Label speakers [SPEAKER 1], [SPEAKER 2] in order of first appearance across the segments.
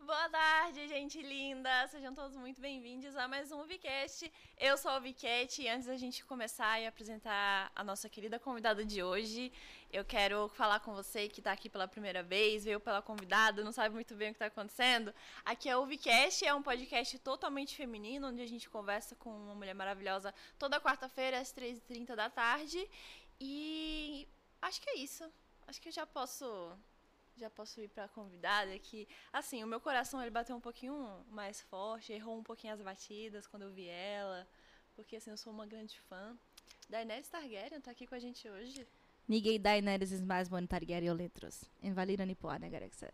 [SPEAKER 1] Boa tarde, gente linda! Sejam todos muito bem-vindos a mais um Vicast. Eu sou a Vicat e antes da gente começar e apresentar a nossa querida convidada de hoje, eu quero falar com você que está aqui pela primeira vez, veio pela convidada, não sabe muito bem o que está acontecendo. Aqui é o Vicast, é um podcast totalmente feminino, onde a gente conversa com uma mulher maravilhosa toda quarta-feira às 3h30 da tarde. E acho que é isso. Acho que eu já posso já posso ir para a convidada que assim o meu coração ele bateu um pouquinho mais forte errou um pouquinho as batidas quando eu vi ela porque assim eu sou uma grande fã Daenerys Targaryen tá aqui com a gente hoje
[SPEAKER 2] Nigei Daenerys is mais one Targaryen letros em Valerian e Poana Garexes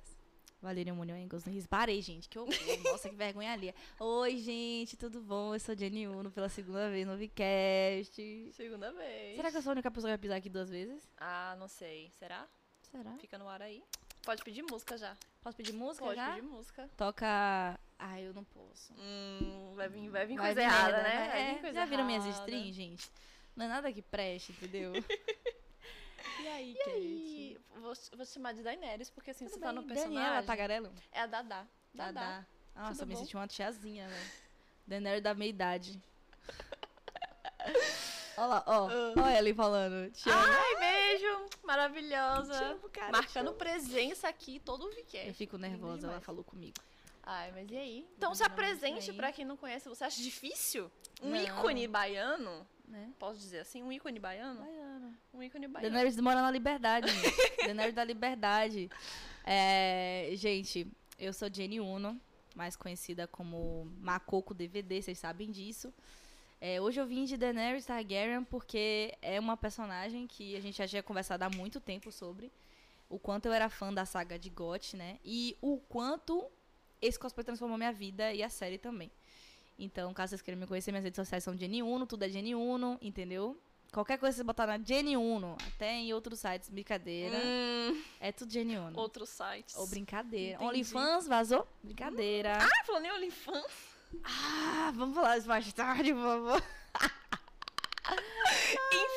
[SPEAKER 2] Valerian Munio Engels no Parei, gente, que horror. Nossa, que vergonha ali. Oi, gente, tudo bom? Eu sou Jenny Uno pela segunda vez no Vcast.
[SPEAKER 1] segunda vez
[SPEAKER 2] Será que eu sou a única pessoa que vai pisar aqui duas vezes?
[SPEAKER 1] ah não sei será
[SPEAKER 2] Será?
[SPEAKER 1] fica no ar aí pode pedir música já
[SPEAKER 2] Posso pedir música
[SPEAKER 1] pode
[SPEAKER 2] já?
[SPEAKER 1] pedir música
[SPEAKER 2] Toca... Ai, eu não posso.
[SPEAKER 1] hum, vai vir vai vir
[SPEAKER 2] Vai
[SPEAKER 1] coisa
[SPEAKER 2] vir
[SPEAKER 1] errada
[SPEAKER 2] merda,
[SPEAKER 1] né Vai vir
[SPEAKER 2] É,
[SPEAKER 1] coisa
[SPEAKER 2] já viram minhas
[SPEAKER 1] errada.
[SPEAKER 2] streams, gente? Não é nada que preste, entendeu? e aí,
[SPEAKER 1] e aí, vou, vou chamar de Daenerys, porque assim,
[SPEAKER 2] Tudo
[SPEAKER 1] você
[SPEAKER 2] bem?
[SPEAKER 1] tá no
[SPEAKER 2] Daniela
[SPEAKER 1] personagem.
[SPEAKER 2] Tagarelo?
[SPEAKER 1] É a Dadá. Dadá.
[SPEAKER 2] Dadá. Nossa, eu me
[SPEAKER 1] bom?
[SPEAKER 2] senti uma tiazinha, velho. Daenerys da meia-idade. Ah. Olha lá, ó. Ó Ellen falando. Te amo.
[SPEAKER 1] Ai, beijo! Maravilhosa.
[SPEAKER 2] Te amo, cara,
[SPEAKER 1] Marcando presença aqui todo o
[SPEAKER 2] Eu
[SPEAKER 1] weekend.
[SPEAKER 2] fico nervosa, ela
[SPEAKER 1] demais.
[SPEAKER 2] falou comigo.
[SPEAKER 1] Ai, mas e aí? Então
[SPEAKER 2] Vamos
[SPEAKER 1] se
[SPEAKER 2] lá, muito
[SPEAKER 1] apresente
[SPEAKER 2] bem.
[SPEAKER 1] pra quem não conhece. Você acha difícil? Um
[SPEAKER 2] Não.
[SPEAKER 1] ícone baiano?
[SPEAKER 2] Né?
[SPEAKER 1] Posso dizer assim? Um ícone baiano? Um ícone baiano.
[SPEAKER 2] Daenerys mora na liberdade, gente. Daenerys da liberdade. É, gente, eu sou Jenny Uno, mais conhecida como Macoco DVD, vocês sabem disso. É, hoje eu vim de Daenerys Targaryen porque é uma personagem que a gente já tinha conversado há muito tempo sobre. O quanto eu era fã da saga de GOT, né? E o quanto esse cosplay transformou minha vida e a série também. Então, caso vocês queiram me conhecer, minhas redes sociais são Jenny Uno, tudo é Jenny Uno, entendeu? Qualquer coisa que vocês botar na Jenny Uno, até em outros sites, brincadeira,
[SPEAKER 1] Hum,
[SPEAKER 2] é tudo Jenny Uno. Ou,
[SPEAKER 1] outros sites.
[SPEAKER 2] brincadeira.
[SPEAKER 1] Entendi.
[SPEAKER 2] OnlyFans vazou? Brincadeira.
[SPEAKER 1] Ah, falou nem OnlyFans.
[SPEAKER 2] Ah, vamos falar isso mais tarde, por favor.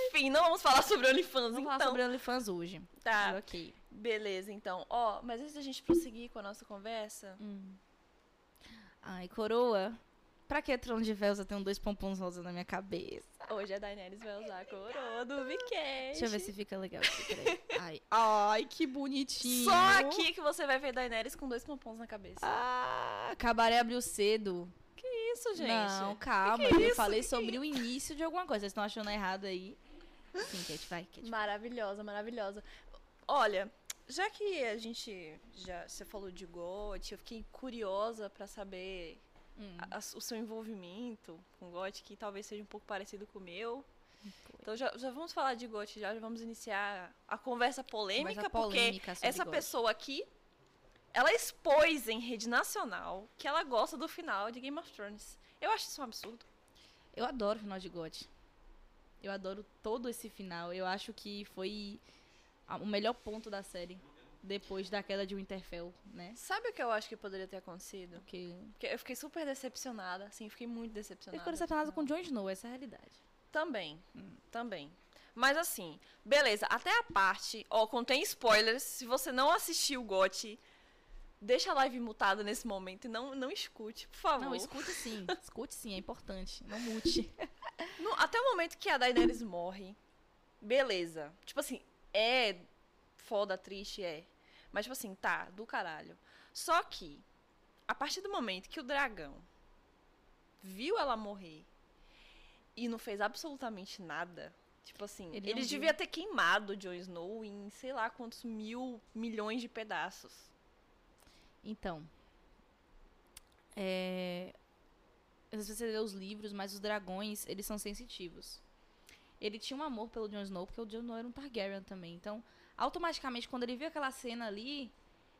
[SPEAKER 1] Enfim, não vamos falar sobre OnlyFans,
[SPEAKER 2] Vamos
[SPEAKER 1] então.
[SPEAKER 2] falar sobre OnlyFans hoje.
[SPEAKER 1] Tá,
[SPEAKER 2] Ok.
[SPEAKER 1] beleza, então. Ó, mas antes da gente prosseguir com a nossa conversa...
[SPEAKER 2] Hum. Ai, coroa. Pra que trono de véus? Eu tenho dois pompons rosa na minha cabeça.
[SPEAKER 1] Hoje a Daenerys vai usar a coroa do Vikesh.
[SPEAKER 2] Deixa eu ver se fica legal aqui, peraí. Ai, ai, que bonitinho.
[SPEAKER 1] Só aqui que você vai ver Daenerys com dois pompons na cabeça.
[SPEAKER 2] Ah, cabaré abriu cedo.
[SPEAKER 1] Que isso, gente?
[SPEAKER 2] Não, calma,
[SPEAKER 1] Que que é
[SPEAKER 2] eu
[SPEAKER 1] isso?
[SPEAKER 2] falei
[SPEAKER 1] Que que é
[SPEAKER 2] sobre o início de alguma coisa. Vocês estão achando errado aí. Sim, Kate, vai,
[SPEAKER 1] Tipo-
[SPEAKER 2] Kate.
[SPEAKER 1] Maravilhosa, maravilhosa. Olha, já que a gente já você falou de GOT, eu fiquei curiosa pra saber
[SPEAKER 2] Hum.
[SPEAKER 1] a- a- o seu envolvimento com GOT, que talvez seja um pouco parecido com o meu. Então já, já vamos falar de GOT, já, já vamos iniciar a conversa polêmica,
[SPEAKER 2] Conversa polêmica
[SPEAKER 1] porque
[SPEAKER 2] sobre
[SPEAKER 1] essa
[SPEAKER 2] GOT.
[SPEAKER 1] pessoa aqui, ela expôs em rede nacional que ela gosta do final de Game of Thrones. Eu acho isso um absurdo.
[SPEAKER 2] Eu adoro o final de GOT. Eu adoro todo esse final. Eu acho que foi a- o melhor ponto da série. Depois da queda de Winterfell, né?
[SPEAKER 1] Sabe o que eu acho que poderia ter acontecido?
[SPEAKER 2] Porque.
[SPEAKER 1] Porque eu fiquei super decepcionada, assim, eu fiquei muito decepcionada.
[SPEAKER 2] Eu fico decepcionado com o Jon Snow, essa é a realidade.
[SPEAKER 1] Também, também. Mas assim, beleza, até a parte, ó, contém spoilers, se você não assistiu o GOT, deixa a live mutada nesse momento e não, não escute, por favor.
[SPEAKER 2] Não, escute sim. Escute sim, é importante. Não mute.
[SPEAKER 1] No- até o momento que a Daenerys morre, beleza. Tipo assim, é foda, triste, é. Mas, tipo assim, tá, do caralho. Só que, a partir do momento que o dragão viu ela morrer e não fez absolutamente nada, tipo assim,
[SPEAKER 2] Ele
[SPEAKER 1] ele,
[SPEAKER 2] não viu.
[SPEAKER 1] devia ter queimado o Jon Snow em sei lá quantos mil milhões de pedaços.
[SPEAKER 2] Então. É... Eu não sei se você lê os livros, mas os dragões, eles são sensitivos. Ele tinha um amor pelo Jon Snow, porque o Jon Snow era um Targaryen também. Então, automaticamente, quando ele viu aquela cena ali,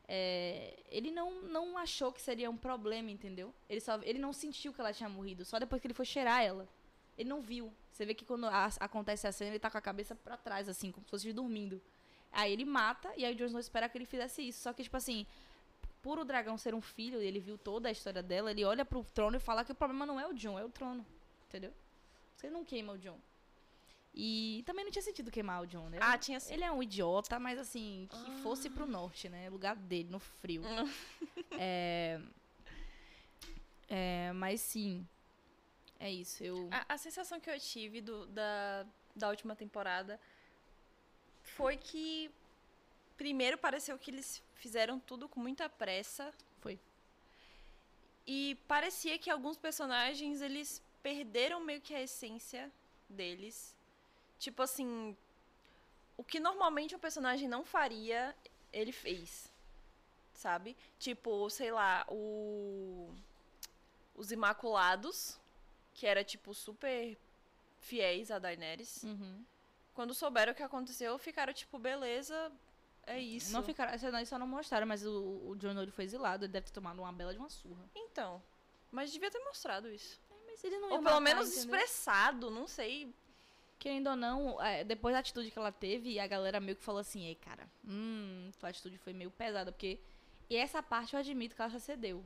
[SPEAKER 2] é, ele não, não achou que seria um problema, entendeu? Ele, só, ele não sentiu que ela tinha morrido, só depois que ele foi cheirar ela. Ele não viu. Você vê que quando a- acontece a cena, ele tá com a cabeça pra trás, assim, como se fosse dormindo. Aí ele mata, e aí o Jon Snow espera que ele fizesse isso. Só que, tipo assim, por o dragão ser um filho, e ele viu toda a história dela, ele olha pro trono e fala que o problema não é o John, é o trono. Entendeu? Você não queima o John. E também não tinha sentido queimar o John, né?
[SPEAKER 1] Ah, tinha sim.
[SPEAKER 2] Ele é um idiota, mas assim, que fosse pro norte, né? Lugar dele, no frio. é... é, mas sim. É isso, eu.
[SPEAKER 1] A, a sensação que eu tive do- da, da última temporada foi que primeiro pareceu que eles fizeram tudo com muita pressa.
[SPEAKER 2] Foi.
[SPEAKER 1] E parecia que alguns personagens eles perderam meio que a essência deles. Tipo assim, o que normalmente um personagem não faria, ele fez. Sabe? Tipo, sei lá, o os Imaculados, que era tipo super fiéis a Daenerys.
[SPEAKER 2] Uhum.
[SPEAKER 1] Quando souberam o que aconteceu, ficaram tipo, beleza, é isso.
[SPEAKER 2] Não ficaram, essa- não, isso não mostraram, mas o, o John ele foi exilado, ele deve ter tomado uma bela de uma surra.
[SPEAKER 1] Então, mas devia ter mostrado isso.
[SPEAKER 2] Mas ele não é né?
[SPEAKER 1] Ou pelo menos expressado, não sei.
[SPEAKER 2] Querendo ou não, é, depois da atitude que ela teve, a galera meio que falou assim, ei, cara, hum, tua atitude foi meio pesada, porque. E essa parte eu admito que ela se cedeu.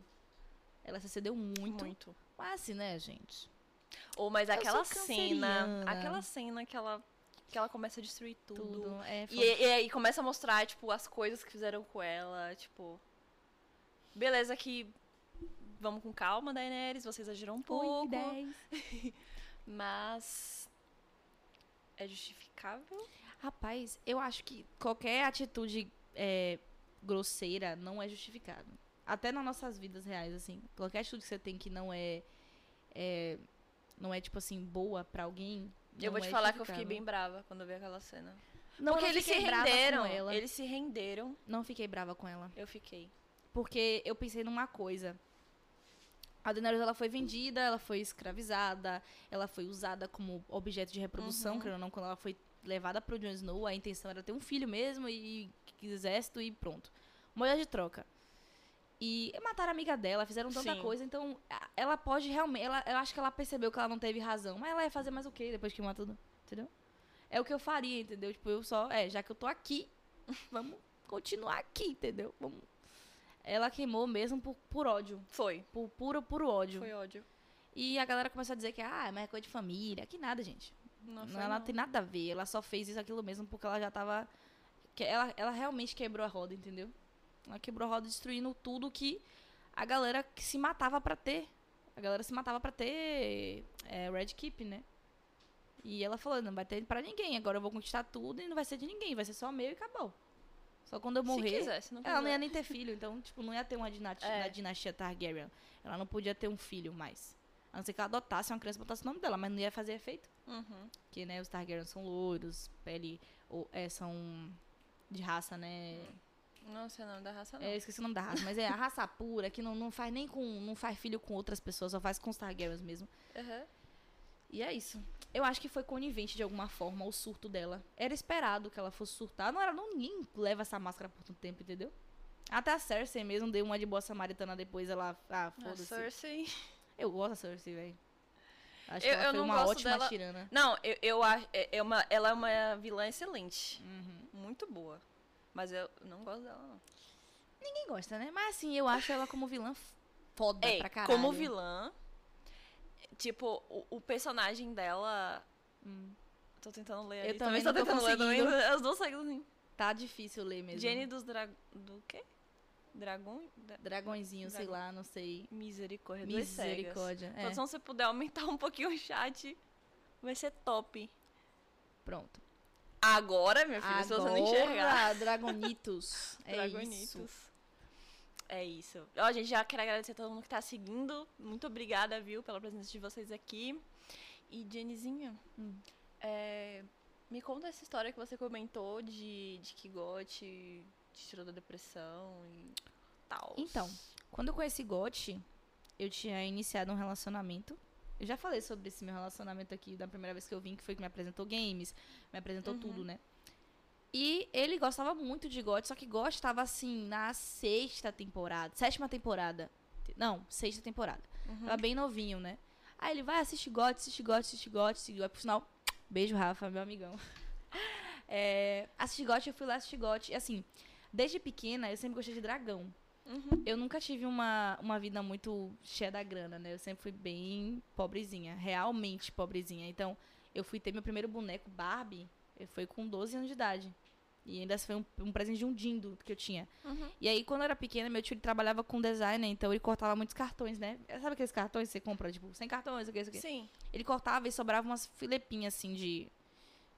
[SPEAKER 2] Ela se cedeu muito. Mas assim, né, gente?
[SPEAKER 1] Ou mas
[SPEAKER 2] Eu
[SPEAKER 1] aquela
[SPEAKER 2] sou
[SPEAKER 1] cena,
[SPEAKER 2] canceriana.
[SPEAKER 1] aquela cena que ela que ela começa a destruir tudo. um
[SPEAKER 2] Tudo. É,
[SPEAKER 1] E, e, e aí começa a mostrar, tipo, as coisas que fizeram com ela, tipo. Beleza que vamos com calma, Daenerys, você exagerou um pouco, mas é justificável?
[SPEAKER 2] Rapaz, eu acho que qualquer atitude é, grosseira não é justificado. Até nas nossas vidas reais, assim. Qualquer atitude que você tem que não é. é, não é, tipo assim, boa pra alguém.
[SPEAKER 1] eu
[SPEAKER 2] não
[SPEAKER 1] vou te
[SPEAKER 2] é
[SPEAKER 1] falar que eu fiquei
[SPEAKER 2] justificável.
[SPEAKER 1] bem brava quando eu vi aquela cena.
[SPEAKER 2] Não,
[SPEAKER 1] Porque
[SPEAKER 2] eu não
[SPEAKER 1] eles se
[SPEAKER 2] fiquei brava com
[SPEAKER 1] renderam,
[SPEAKER 2] ela.
[SPEAKER 1] eles se renderam,
[SPEAKER 2] Não fiquei brava com ela.
[SPEAKER 1] eu fiquei.
[SPEAKER 2] Porque eu pensei numa coisa. A Daenerys, ela foi vendida, ela foi escravizada, ela foi usada como objeto de reprodução,
[SPEAKER 1] Uhum.
[SPEAKER 2] querendo ou não, quando ela foi levada pro Jon Snow, a intenção era ter um filho mesmo e exército e pronto. Moeda de troca. E mataram a amiga dela, fizeram tanta
[SPEAKER 1] Sim.
[SPEAKER 2] coisa, então a- ela pode realmente, ela, eu acho que ela percebeu que ela não teve razão, mas ela ia fazer mais o quê depois que mata tudo, entendeu? É o que eu faria, entendeu? Tipo, eu só, é, já que eu tô aqui, vamos continuar aqui, entendeu? Vamos ela queimou mesmo por, por ódio.
[SPEAKER 1] Foi.
[SPEAKER 2] Por puro, puro ódio.
[SPEAKER 1] Foi ódio.
[SPEAKER 2] E a galera começou a dizer que, ah, mas é coisa de família. Que nada, gente.
[SPEAKER 1] Não,
[SPEAKER 2] Não,
[SPEAKER 1] foi,
[SPEAKER 2] ela
[SPEAKER 1] não.
[SPEAKER 2] tem nada a ver. Ela só fez isso, aquilo mesmo, porque ela já tava. que Ela, ela realmente quebrou a roda, entendeu? Ela quebrou a roda destruindo tudo que a galera que se matava pra ter. A galera se matava pra ter é, Red Keep, né? E ela falou, não vai ter pra ninguém. Agora eu vou conquistar tudo e não vai ser de ninguém. Vai ser só meu e acabou. Só quando eu
[SPEAKER 1] Se
[SPEAKER 2] morrer,
[SPEAKER 1] quiser, se não
[SPEAKER 2] ela não
[SPEAKER 1] quiser.
[SPEAKER 2] ia nem ter filho, então, tipo, não ia ter uma dinasti-
[SPEAKER 1] É.
[SPEAKER 2] na dinastia Targaryen. Ela não podia ter um filho mais. A não ser que ela adotasse uma criança e botasse o nome dela, mas não ia fazer efeito.
[SPEAKER 1] Uhum.
[SPEAKER 2] Porque, né, os Targaryen são loiros, pele. Ou, é, são de raça, né?
[SPEAKER 1] Não sei o nome da raça, não.
[SPEAKER 2] É, eu esqueci o nome da raça, mas é a raça pura, que não, não faz nem com. Não faz filho com outras pessoas, só faz com os Targaryens mesmo.
[SPEAKER 1] Aham.
[SPEAKER 2] E é isso. Eu acho que foi conivente de alguma forma o surto dela. Era esperado que ela fosse surtar. Não era, não, ninguém leva essa máscara por tanto tempo, entendeu? Até a Cersei mesmo deu uma de boa samaritana depois, ela. Ah,
[SPEAKER 1] A
[SPEAKER 2] foda-se.
[SPEAKER 1] Cersei.
[SPEAKER 2] Eu gosto da Cersei, velho. Acho
[SPEAKER 1] Eu-
[SPEAKER 2] que ela
[SPEAKER 1] eu
[SPEAKER 2] foi
[SPEAKER 1] não
[SPEAKER 2] uma
[SPEAKER 1] gosto
[SPEAKER 2] ótima
[SPEAKER 1] dela-
[SPEAKER 2] tirana.
[SPEAKER 1] Não, eu, eu acho. É é uma, ela é uma vilã excelente.
[SPEAKER 2] Uhum.
[SPEAKER 1] Muito boa. Mas eu não gosto dela, não.
[SPEAKER 2] Ninguém gosta, né? Mas assim, eu acho ela como vilã f- foda
[SPEAKER 1] Ei,
[SPEAKER 2] pra caralho.
[SPEAKER 1] É, como vilã, tipo, o, o personagem dela.
[SPEAKER 2] Hum.
[SPEAKER 1] Tô tentando ler.
[SPEAKER 2] Eu
[SPEAKER 1] ali,
[SPEAKER 2] também
[SPEAKER 1] tô
[SPEAKER 2] não tô
[SPEAKER 1] tentando ler também.
[SPEAKER 2] conseguindo.
[SPEAKER 1] As duas saídas assim.
[SPEAKER 2] Tá difícil ler mesmo.
[SPEAKER 1] Jenny dos drag... Do quê? Dragão? Da-
[SPEAKER 2] Dragãozinho, sei
[SPEAKER 1] Dragão.
[SPEAKER 2] lá, não sei.
[SPEAKER 1] Misericórdia. duas cegas.
[SPEAKER 2] Misericórdia. É.
[SPEAKER 1] Então, se você puder aumentar um pouquinho o chat, vai ser top.
[SPEAKER 2] Pronto.
[SPEAKER 1] Agora, minha filha, se você não enxergar.
[SPEAKER 2] Agora, Dragonitos. É isso.
[SPEAKER 1] Dragonitos. É isso. Ó, gente, já quero agradecer a todo mundo que tá seguindo. Muito obrigada, viu, pela presença de vocês aqui. E, Jennyzinha,
[SPEAKER 2] Hum.
[SPEAKER 1] é, me conta essa história que você comentou de, de que Gote te tirou da depressão e tal.
[SPEAKER 2] Então, quando eu conheci Gotti, eu tinha iniciado um relacionamento. Eu já falei sobre esse meu relacionamento aqui da primeira vez que eu vim, que foi que me apresentou games, me apresentou
[SPEAKER 1] Uhum.
[SPEAKER 2] tudo, né? E ele gostava muito de Gotti, só que Gotti estava assim na sexta temporada, sétima temporada. Não, sexta temporada.
[SPEAKER 1] Uhum.
[SPEAKER 2] Tava bem novinho, né? Aí ele vai, assiste Gotti, assiste Gotti, assiste Gotti, assiste Gotti. Por sinal, beijo, Rafa, meu amigão. É, assiste Gotti, eu fui lá assistir Gotti. E assim, desde pequena eu sempre gostei de dragão.
[SPEAKER 1] Uhum.
[SPEAKER 2] Eu nunca tive uma, uma vida muito cheia da grana, né? Eu sempre fui bem pobrezinha, realmente pobrezinha. Então, Eu fui ter meu primeiro boneco Barbie, eu foi com 12 anos de idade. E ainda foi um, um presente de um dindo que eu tinha.
[SPEAKER 1] Uhum.
[SPEAKER 2] E aí, quando eu era pequena, meu tio ele trabalhava com design, né? Então ele cortava muitos cartões, né? Sabe aqueles cartões que você compra, tipo, sem cartões, o que, isso aqui?
[SPEAKER 1] Sim.
[SPEAKER 2] Ele cortava e sobrava umas filepinhas assim de,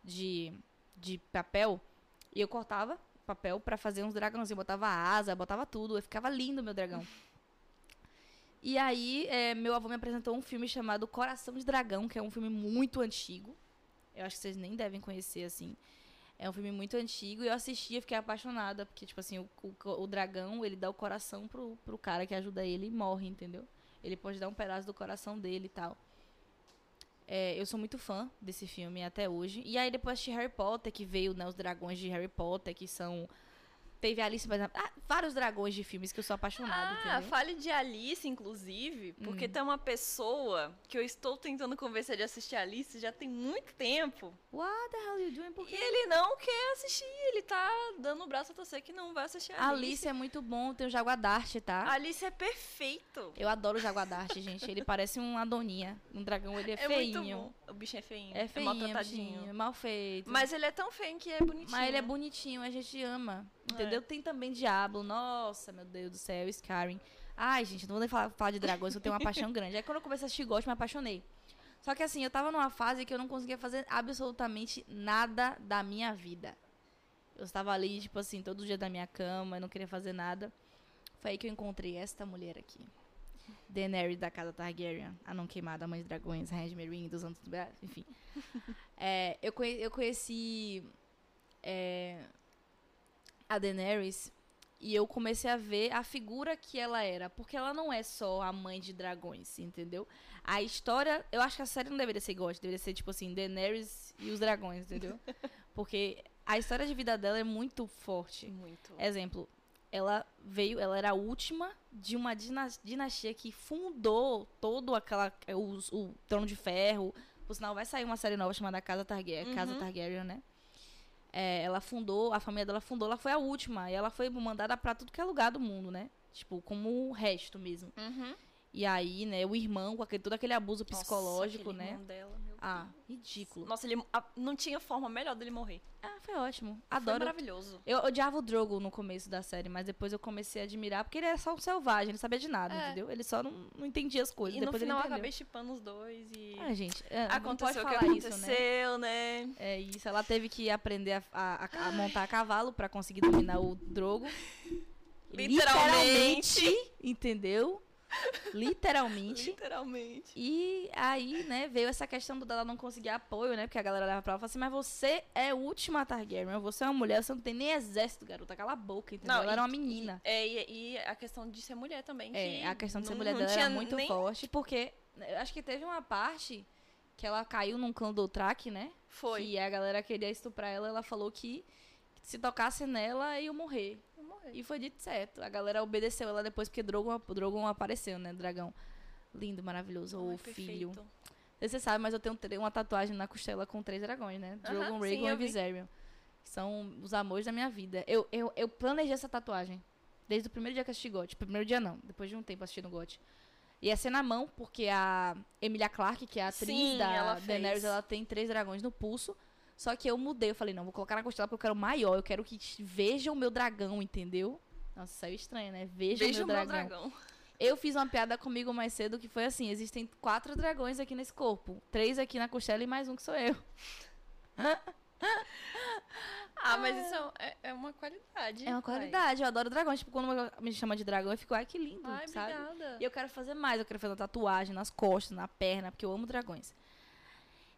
[SPEAKER 2] de, de papel. E eu cortava papel pra fazer uns dragãozinhos. Botava asa, botava tudo. Eu ficava lindo meu dragão. E aí, eh, meu avô me apresentou um filme chamado Coração de Dragão, que é um filme muito antigo. Eu acho que vocês nem devem conhecer, assim. É um filme muito antigo e eu assisti e fiquei apaixonada, porque, tipo assim, o, o- o dragão, ele dá o coração pro, pro cara que ajuda ele e morre, entendeu? Ele pode dar um pedaço do coração dele e tal. É, eu sou muito fã desse filme até hoje. E aí depois de Harry Potter, que veio, né, os dragões de Harry Potter, que são... Teve Alice, mas... Ah, vários dragões de filmes que eu sou apaixonada,
[SPEAKER 1] Ah,
[SPEAKER 2] entendeu? Hum.
[SPEAKER 1] fale de Alice, inclusive, porque tem uma pessoa que eu estou tentando convencer de assistir Alice já tem muito tempo.
[SPEAKER 2] What the hell you doing? Por
[SPEAKER 1] E
[SPEAKER 2] quê?
[SPEAKER 1] ele não quer assistir, ele tá dando o braço a torcer que não vai assistir Alice.
[SPEAKER 2] Alice é muito bom, tem o Jaguadarte, tá?
[SPEAKER 1] Alice é perfeito.
[SPEAKER 2] Eu adoro o Jaguadarte, gente. Ele parece um Adoninha. Um dragão, ele é,
[SPEAKER 1] É muito
[SPEAKER 2] feinho.
[SPEAKER 1] bom. O bichinho é feinho.
[SPEAKER 2] É feinho,
[SPEAKER 1] mal
[SPEAKER 2] é,
[SPEAKER 1] tratadinho.
[SPEAKER 2] bichinho, é mal feito.
[SPEAKER 1] Mas ele é tão feio que é bonitinho.
[SPEAKER 2] Mas ele é bonitinho, a gente ama. Entendeu? Tem também Diablo. Nossa, meu Deus do céu, Skyrim. Ai, gente, não vou nem falar, falar de dragões, eu tenho uma paixão grande. Aí quando eu comecei a assistir Ghost, eu me apaixonei. Só que assim, eu tava numa fase que eu não conseguia fazer absolutamente nada da minha vida. Eu estava ali, tipo assim, todo dia da minha cama, eu não queria fazer nada. Foi aí que eu encontrei esta mulher aqui. Daenerys da casa Targaryen, a não queimada, mãe de dragões, Hand Marine dos anos... Enfim. É, eu, conhe- eu conheci é, a Daenerys e eu comecei a ver a figura que ela era, porque ela não é só a mãe de dragões, entendeu? A história, eu acho que a série não deveria ser Ghost, deveria ser tipo assim, Daenerys e os dragões, entendeu? Porque a história de vida dela é muito forte.
[SPEAKER 1] Muito.
[SPEAKER 2] Exemplo, ela veio, ela era a última de uma dina- dinastia que fundou todo aquela o, o trono de ferro. Por sinal, vai sair uma série nova chamada Casa Targaryen,
[SPEAKER 1] Uhum.
[SPEAKER 2] Casa Targaryen, né? É, ela fundou, a família dela fundou, ela foi a última e ela foi mandada pra tudo que é lugar do mundo, né? Tipo, como o resto mesmo.
[SPEAKER 1] Uhum.
[SPEAKER 2] E aí, né, o irmão com aquele, todo aquele abuso
[SPEAKER 1] Nossa,
[SPEAKER 2] psicológico,
[SPEAKER 1] aquele
[SPEAKER 2] né?
[SPEAKER 1] irmão dela, meu
[SPEAKER 2] Ah,
[SPEAKER 1] Deus.
[SPEAKER 2] ridículo.
[SPEAKER 1] Nossa, ele a- não tinha forma melhor dele morrer.
[SPEAKER 2] Ah, foi ótimo.
[SPEAKER 1] Foi
[SPEAKER 2] Adoro
[SPEAKER 1] maravilhoso.
[SPEAKER 2] Eu odiava o Drogo no começo da série, mas depois eu comecei a admirar, porque ele era só um selvagem, ele não sabia de nada,
[SPEAKER 1] É.
[SPEAKER 2] entendeu? Ele só não, não entendia as coisas.
[SPEAKER 1] E no
[SPEAKER 2] depois
[SPEAKER 1] final eu
[SPEAKER 2] ele entendeu.
[SPEAKER 1] acabei chipando os dois e
[SPEAKER 2] Ah, gente, é,
[SPEAKER 1] aconteceu o
[SPEAKER 2] não
[SPEAKER 1] que
[SPEAKER 2] pode falar isso, né?
[SPEAKER 1] aconteceu, né?
[SPEAKER 2] É isso, ela teve que aprender a, a- a- a montar a cavalo pra conseguir dominar o Drogo.
[SPEAKER 1] Literalmente.
[SPEAKER 2] Literalmente, entendeu? Literalmente.
[SPEAKER 1] Literalmente.
[SPEAKER 2] E aí, né, veio essa questão do dela não conseguir apoio, né? Porque a galera leva pra ela e fala assim, mas você é a última Targaryen, você é uma mulher, você não tem nem exército, garota, cala a boca, entendeu?
[SPEAKER 1] Não, e-
[SPEAKER 2] ela era uma menina.
[SPEAKER 1] É, e, e a questão de ser mulher também.
[SPEAKER 2] É,
[SPEAKER 1] que
[SPEAKER 2] a questão de ser
[SPEAKER 1] não-
[SPEAKER 2] mulher
[SPEAKER 1] não
[SPEAKER 2] dela
[SPEAKER 1] tinha
[SPEAKER 2] era muito
[SPEAKER 1] nem...
[SPEAKER 2] forte, porque né, eu acho que teve uma parte que ela caiu num clã do Track, né?
[SPEAKER 1] Foi.
[SPEAKER 2] E a galera queria estuprar ela, ela falou que se tocasse nela, ia morrer.
[SPEAKER 1] Eu morri.
[SPEAKER 2] E foi dito certo. A galera obedeceu ela depois, porque Drogon, Drogon apareceu, né? Dragão. Lindo, maravilhoso.
[SPEAKER 1] Ai,
[SPEAKER 2] o filho.
[SPEAKER 1] perfeito.
[SPEAKER 2] Você sabe, mas eu tenho tre- uma tatuagem na costela com três dragões, né?
[SPEAKER 1] Aham,
[SPEAKER 2] Drogon,
[SPEAKER 1] sim,
[SPEAKER 2] Rhaegon
[SPEAKER 1] eu
[SPEAKER 2] e
[SPEAKER 1] vi.
[SPEAKER 2] Viserion. São os amores da minha vida. Eu, eu, eu planejei essa tatuagem. Desde o primeiro dia que eu assisti GOT. Tipo, Primeiro dia não, depois de um tempo assistindo GOT. E ia ser na mão, porque a Emilia Clarke, que é a atriz
[SPEAKER 1] Sim,
[SPEAKER 2] da
[SPEAKER 1] ela fez.
[SPEAKER 2] Daenerys, ela tem três dragões no pulso. Só que eu mudei, eu falei, não, vou colocar na costela porque eu quero maior, eu quero que vejam o meu dragão, entendeu? Nossa, saiu estranho, né? Vejam o
[SPEAKER 1] Beijo
[SPEAKER 2] meu
[SPEAKER 1] meu
[SPEAKER 2] dragão.
[SPEAKER 1] dragão.
[SPEAKER 2] Eu fiz uma piada comigo mais cedo que foi assim: existem quatro dragões aqui nesse corpo. Três aqui na costela e mais um que sou eu.
[SPEAKER 1] Ah, mas isso é, é uma qualidade.
[SPEAKER 2] É uma
[SPEAKER 1] pai.
[SPEAKER 2] qualidade, eu adoro dragões. Tipo, quando uma- me chama de dragão, eu fico, ai, que lindo,
[SPEAKER 1] Ai,
[SPEAKER 2] sabe?
[SPEAKER 1] obrigada.
[SPEAKER 2] E eu quero fazer mais, eu quero fazer uma tatuagem nas costas, na perna, porque eu amo dragões.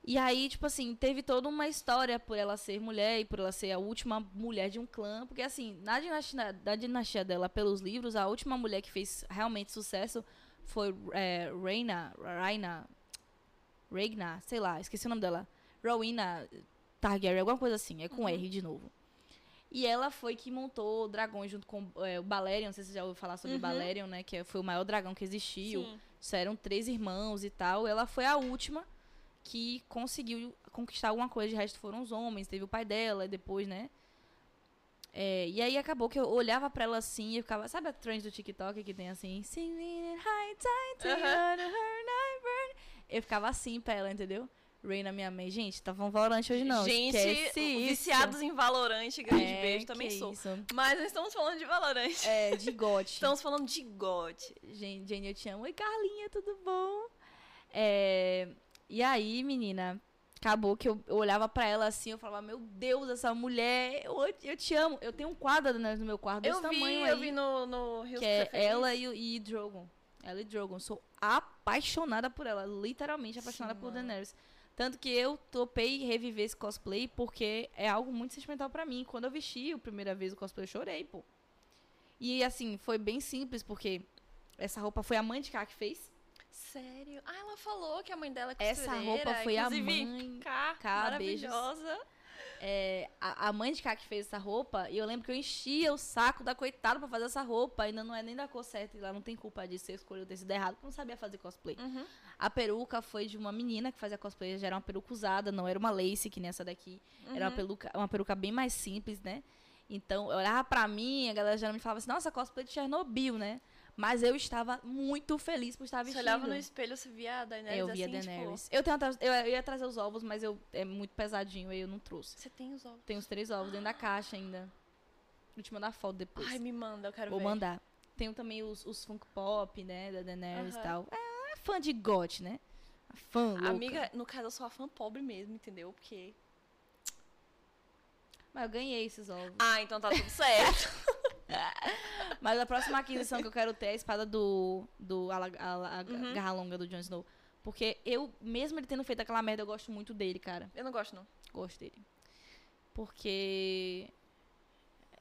[SPEAKER 2] E aí, tipo assim, teve toda uma história por ela ser mulher e por ela ser a última mulher de um clã. Porque, assim, na dinastia, da dinastia dela, pelos livros, a última mulher que fez realmente sucesso foi é, Reina, Raina, Regna, sei lá, esqueci o nome dela. Rowena Targaryen, alguma coisa assim, é com R de novo. E ela foi que montou o dragão junto com é, o Balerion, não sei se você já ouviu falar sobre o Balerion, né? Que foi o maior dragão que existiu.
[SPEAKER 1] Sim.
[SPEAKER 2] Só eram três irmãos e tal. Ela foi a última que conseguiu conquistar alguma coisa. De resto foram os homens. Teve o pai dela e depois, né? É, e aí acabou que eu olhava pra ela assim e eu ficava... Sabe a trend do TikTok que tem assim? Singing in high tide,
[SPEAKER 1] Aham.
[SPEAKER 2] under her night bird? Eu ficava assim pra ela, entendeu? Rain na minha mãe. Gente, tá Valorant hoje não.
[SPEAKER 1] Gente,
[SPEAKER 2] Esquece isso.
[SPEAKER 1] viciados em Valorant, grande
[SPEAKER 2] É,
[SPEAKER 1] beijo, também
[SPEAKER 2] que
[SPEAKER 1] sou.
[SPEAKER 2] isso.
[SPEAKER 1] Mas não estamos falando de Valorant.
[SPEAKER 2] É, Tá de gote.
[SPEAKER 1] Estamos falando de God.
[SPEAKER 2] Gente, Jenny, eu te amo. Oi, Carlinha, tudo bom? É, E aí, menina, acabou que eu, eu olhava pra ela assim, eu falava, meu Deus, essa mulher, eu, eu te amo. Eu tenho um quadro né, no meu quarto desse
[SPEAKER 1] Eu vi,
[SPEAKER 2] tamanho
[SPEAKER 1] eu
[SPEAKER 2] aí,
[SPEAKER 1] vi no, no Rio
[SPEAKER 2] que é ela e, o- e Drogon. Ela e Drogon. Sou apaixonada por ela, literalmente apaixonada
[SPEAKER 1] Sim,
[SPEAKER 2] por
[SPEAKER 1] mano.
[SPEAKER 2] Daenerys. Tanto que eu topei reviver esse cosplay porque é algo muito sentimental pra mim. Quando eu vesti a primeira vez o cosplay, eu chorei, pô. E assim, foi bem simples, porque essa roupa foi a mãe de Ká que fez.
[SPEAKER 1] Sério? Ah, ela falou que a mãe dela é costureira.
[SPEAKER 2] Essa roupa foi a
[SPEAKER 1] inclusive,
[SPEAKER 2] mãe.
[SPEAKER 1] K,
[SPEAKER 2] K, beijos.
[SPEAKER 1] maravilhosa.
[SPEAKER 2] É, a, a mãe de Ká que fez essa roupa. E eu lembro que eu enchia o saco da coitada pra fazer essa roupa. Ainda não é nem da cor certa. E lá não tem culpa disso. Eu escolhi o tecido errado, porque eu não sabia fazer cosplay.
[SPEAKER 1] Uhum.
[SPEAKER 2] A peruca foi de uma menina que fazia cosplay. Já era uma peruca usada, não era uma lace que nem essa daqui. Era
[SPEAKER 1] Uhum.
[SPEAKER 2] uma peruca, uma peruca bem mais simples, né? Então, eu olhava pra mim, a galera geralmente falava assim, nossa, cosplay de Chernobyl, né? Mas eu estava muito feliz por estar
[SPEAKER 1] Você
[SPEAKER 2] vestida. É,
[SPEAKER 1] olhava no espelho, você via a Daenerys
[SPEAKER 2] Eu via
[SPEAKER 1] assim,
[SPEAKER 2] Daenerys. Eu, tenho atrás- eu, eu ia trazer os ovos, mas eu, é muito pesadinho, aí eu não trouxe.
[SPEAKER 1] tipo, você tem os ovos.
[SPEAKER 2] Tem os três ovos dentro da caixa ainda. Vou te mandar foto depois.
[SPEAKER 1] Ai, me manda, eu quero
[SPEAKER 2] Vou
[SPEAKER 1] ver.
[SPEAKER 2] mandar. Tenho também os, os funk pop, né, da Daenerys e
[SPEAKER 1] Aham.
[SPEAKER 2] tal. É, é fã de GOT, né? Fã louca.
[SPEAKER 1] Amiga, no caso, eu sou a fã pobre mesmo, entendeu? Porque...
[SPEAKER 2] Mas eu ganhei esses ovos.
[SPEAKER 1] Ah, então tá tudo certo.
[SPEAKER 2] Mas a próxima aquisição que eu quero ter é a espada do. do a, a,
[SPEAKER 1] Uhum.
[SPEAKER 2] Garra Longa do Jon Snow. Porque eu, mesmo ele tendo feito aquela merda, eu gosto muito dele, cara.
[SPEAKER 1] eu não gosto, não.
[SPEAKER 2] Gosto dele. Porque.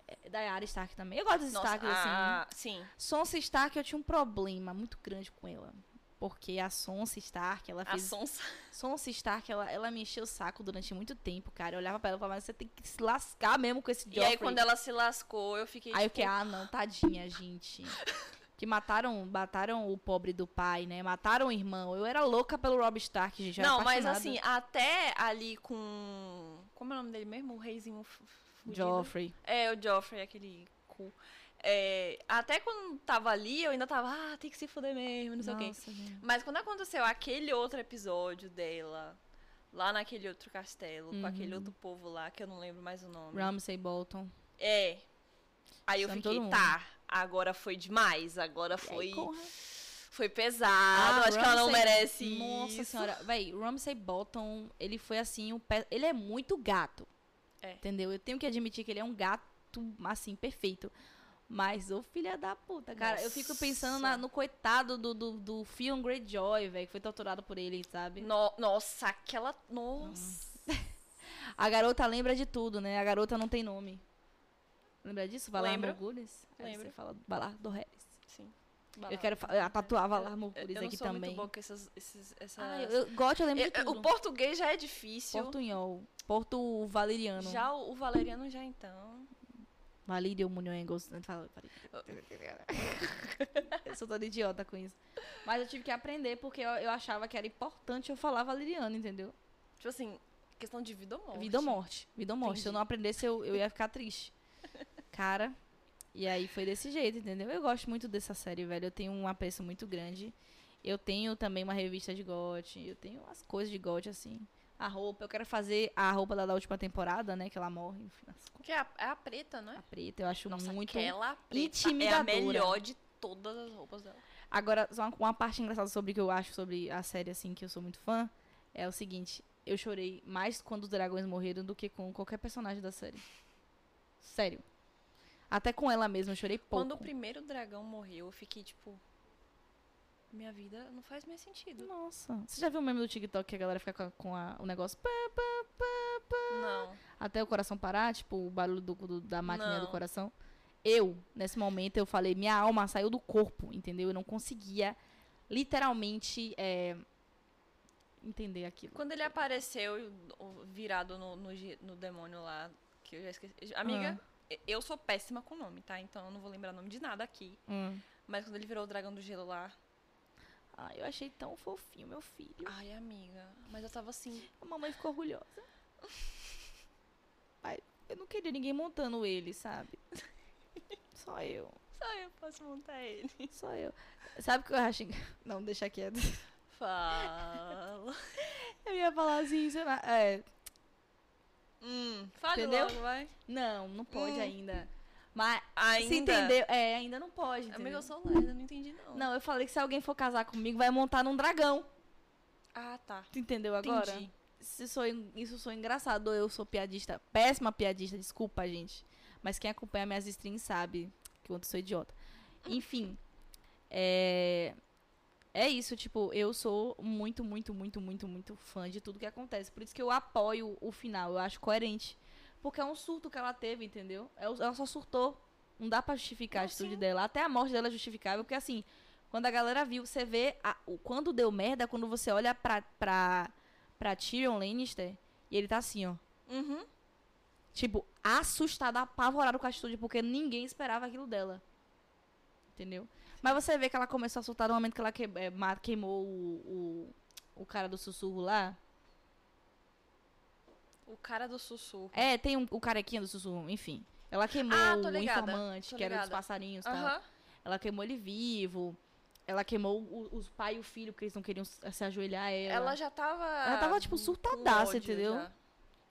[SPEAKER 2] é, Da Yara Stark também. Eu gosto dos Stark, assim.
[SPEAKER 1] ah, sim.
[SPEAKER 2] Sonsa Stark, eu tinha um problema muito grande com ela. Porque a Sonsa Stark, ela
[SPEAKER 1] A
[SPEAKER 2] fez
[SPEAKER 1] Sonsa.
[SPEAKER 2] Sonsa Stark, um ela, ela me encheu o saco durante muito tempo, cara. Eu olhava pra ela e falava, mas você tem que se lascar mesmo com esse
[SPEAKER 1] E
[SPEAKER 2] Joffrey.
[SPEAKER 1] aí, quando ela se lascou, eu fiquei,
[SPEAKER 2] Aí eu
[SPEAKER 1] tipo,
[SPEAKER 2] fiquei, ah, não, tadinha, gente. Que mataram, mataram o pobre do pai, né? Mataram o irmão. Eu era louca pelo Rob Stark, gente. eu era
[SPEAKER 1] não, mas
[SPEAKER 2] apaixonada.
[SPEAKER 1] assim, até ali com... Como é o nome dele mesmo? O reizinho fu- fudido.
[SPEAKER 2] Joffrey.
[SPEAKER 1] É, o Joffrey, aquele cu. É, até quando tava ali, eu ainda tava, ah, tem que se fuder mesmo, não sei o quê.
[SPEAKER 2] Nossa, gente.
[SPEAKER 1] Mas quando aconteceu aquele outro episódio dela, lá naquele outro castelo,
[SPEAKER 2] Uhum.
[SPEAKER 1] com aquele outro povo lá, que eu não lembro mais o nome.
[SPEAKER 2] Ramsay Bolton.
[SPEAKER 1] É. Aí eu
[SPEAKER 2] Chama
[SPEAKER 1] fiquei,
[SPEAKER 2] todo mundo.
[SPEAKER 1] tá, agora foi demais, agora
[SPEAKER 2] E aí,
[SPEAKER 1] foi
[SPEAKER 2] corra.
[SPEAKER 1] foi pesado, Ah, acho que ela não
[SPEAKER 2] Ramsay-
[SPEAKER 1] merece
[SPEAKER 2] Nossa
[SPEAKER 1] isso.
[SPEAKER 2] senhora, véi, Ramsay Bolton, ele foi assim, um pe- ele é muito gato.
[SPEAKER 1] É.
[SPEAKER 2] Entendeu? Eu tenho que admitir que ele é um gato, assim, perfeito. Mas, ô filha da puta, cara, eu fico pensando na-
[SPEAKER 1] Nossa.
[SPEAKER 2] no coitado do, do, do Theon Greyjoy, velho, que foi torturado por ele, sabe?
[SPEAKER 1] No- nossa, aquela... Nossa.
[SPEAKER 2] A garota lembra de tudo, né? A garota não tem nome. Lembra disso? Valar
[SPEAKER 1] Lembro.
[SPEAKER 2] Morgulis? Aí
[SPEAKER 1] Lembro.
[SPEAKER 2] Você fala Valar Dorrelis.
[SPEAKER 1] Sim.
[SPEAKER 2] Eu quero fa- eu tatuar Valar
[SPEAKER 1] Eu,
[SPEAKER 2] Morgulis
[SPEAKER 1] eu não
[SPEAKER 2] aqui
[SPEAKER 1] sou
[SPEAKER 2] também.
[SPEAKER 1] muito boa com essas... esses- essas...
[SPEAKER 2] Ah, eu, eu gosto, eu lembro de
[SPEAKER 1] Eu- eu-
[SPEAKER 2] tudo.
[SPEAKER 1] o português já é difícil.
[SPEAKER 2] Portunhol. Porto Valeriano.
[SPEAKER 1] Já o, o valeriano já então.
[SPEAKER 2] Valírio Munho Engels. né, fala- fala- Eu sou toda idiota com isso. Mas eu tive que aprender porque eu, eu achava que era importante eu falar valeriano, entendeu?
[SPEAKER 1] Tipo assim, questão de vida ou morte.
[SPEAKER 2] Vida ou morte. Vida ou morte. Se eu
[SPEAKER 1] Entendi.
[SPEAKER 2] não aprendesse, eu, eu ia ficar triste. Cara. E aí foi desse jeito, entendeu? Eu gosto muito dessa série, velho. Eu tenho um apreço muito grande. Eu tenho também uma revista de GOT. Eu tenho umas coisas de GOT, assim. A roupa. Eu quero fazer a roupa da, da última temporada, né? Que ela morre, enfim.
[SPEAKER 1] Porque é a, é a preta, não é?
[SPEAKER 2] A preta. Eu acho
[SPEAKER 1] Nossa,
[SPEAKER 2] Ah, muito
[SPEAKER 1] aquela preta é a
[SPEAKER 2] intimidadora.
[SPEAKER 1] melhor de todas as roupas dela.
[SPEAKER 2] Agora, só uma, uma parte engraçada sobre o que eu acho sobre a série, assim, que eu sou muito fã, é o seguinte: eu chorei mais quando os dragões morreram do que com qualquer personagem da série. Sério. Até com ela mesma, eu chorei pouco.
[SPEAKER 1] Quando o primeiro dragão morreu, eu fiquei tipo. Minha vida não faz mais sentido.
[SPEAKER 2] Nossa. Você já viu o meme do TikTok que a galera fica com, a- com a- o negócio pá, pá, pá, pá,
[SPEAKER 1] Não.
[SPEAKER 2] até o coração parar, tipo, o barulho do, do- da máquina do
[SPEAKER 1] Não.
[SPEAKER 2] coração? Eu, nesse momento, eu falei, minha alma saiu do corpo, entendeu? Eu não conseguia, literalmente, é, entender aquilo.
[SPEAKER 1] Quando ele apareceu e o- o virado no, no, gi- no demônio lá, que eu já esqueci. Amiga,
[SPEAKER 2] Ah.
[SPEAKER 1] eu sou péssima com nome, tá? Então eu não vou lembrar nome de nada aqui.
[SPEAKER 2] Hum.
[SPEAKER 1] Mas quando ele virou o dragão do gelo lá,
[SPEAKER 2] Ai, Ah, eu achei tão fofinho, meu filho.
[SPEAKER 1] Ai, amiga, mas eu tava assim.
[SPEAKER 2] A mamãe ficou orgulhosa. Ai, eu não queria ninguém montando ele, sabe? Só eu.
[SPEAKER 1] Só eu posso montar ele.
[SPEAKER 2] Só eu. Sabe o que eu acho? engra- Não, deixa quieto.
[SPEAKER 1] Fala.
[SPEAKER 2] Eu Eu ia falar assim, sei lá. É,
[SPEAKER 1] Hum, fale
[SPEAKER 2] Entendeu?
[SPEAKER 1] logo, vai.
[SPEAKER 2] não, não pode
[SPEAKER 1] Hum.
[SPEAKER 2] ainda. Mas
[SPEAKER 1] Ainda.
[SPEAKER 2] se entendeu? É, ainda não pode.
[SPEAKER 1] Amiga,
[SPEAKER 2] entendeu?
[SPEAKER 1] eu sou lerda, não entendi não.
[SPEAKER 2] Não, eu falei que se alguém for casar comigo, vai montar num dragão.
[SPEAKER 1] Ah, tá.
[SPEAKER 2] Tu entendeu agora?
[SPEAKER 1] Entendi.
[SPEAKER 2] Se sou, en- isso sou engraçado, ou eu sou piadista, péssima piadista, desculpa, gente. Mas quem acompanha minhas streams sabe que eu sou idiota. Enfim, é... é isso, tipo, eu sou muito, muito, muito, muito, muito fã de tudo que acontece. Por isso que eu apoio o final, eu acho coerente. Porque é um surto que ela teve, entendeu? É o- Ela só surtou. Não dá pra justificar a
[SPEAKER 1] Não,
[SPEAKER 2] atitude
[SPEAKER 1] sim.
[SPEAKER 2] dela. Até a morte dela é justificável, porque assim, quando a galera viu, você vê a- o- quando deu merda, quando você olha pra, pra, pra Tyrion Lannister e ele tá assim, ó.
[SPEAKER 1] Uhum.
[SPEAKER 2] Tipo, assustado, apavorado com a atitude, porque ninguém esperava aquilo dela. Entendeu? Mas você vê que ela começou a soltar no momento que ela que- eh, ma- queimou o, o, o cara do sussurro lá.
[SPEAKER 1] O cara do sussurro.
[SPEAKER 2] É, tem um, o carequinha do sussurro, enfim. Ela queimou
[SPEAKER 1] Ah, tô
[SPEAKER 2] o
[SPEAKER 1] ligada,
[SPEAKER 2] informante,
[SPEAKER 1] tô
[SPEAKER 2] que era dos
[SPEAKER 1] ligada.
[SPEAKER 2] passarinhos e tal.
[SPEAKER 1] Aham.
[SPEAKER 2] Ela queimou ele vivo. Ela queimou o- os pai e o filho, porque eles não queriam se se ajoelhar a ela.
[SPEAKER 1] Ela já tava.
[SPEAKER 2] Ela tava, tipo,
[SPEAKER 1] com
[SPEAKER 2] surtadaça,
[SPEAKER 1] ódio
[SPEAKER 2] entendeu?
[SPEAKER 1] já.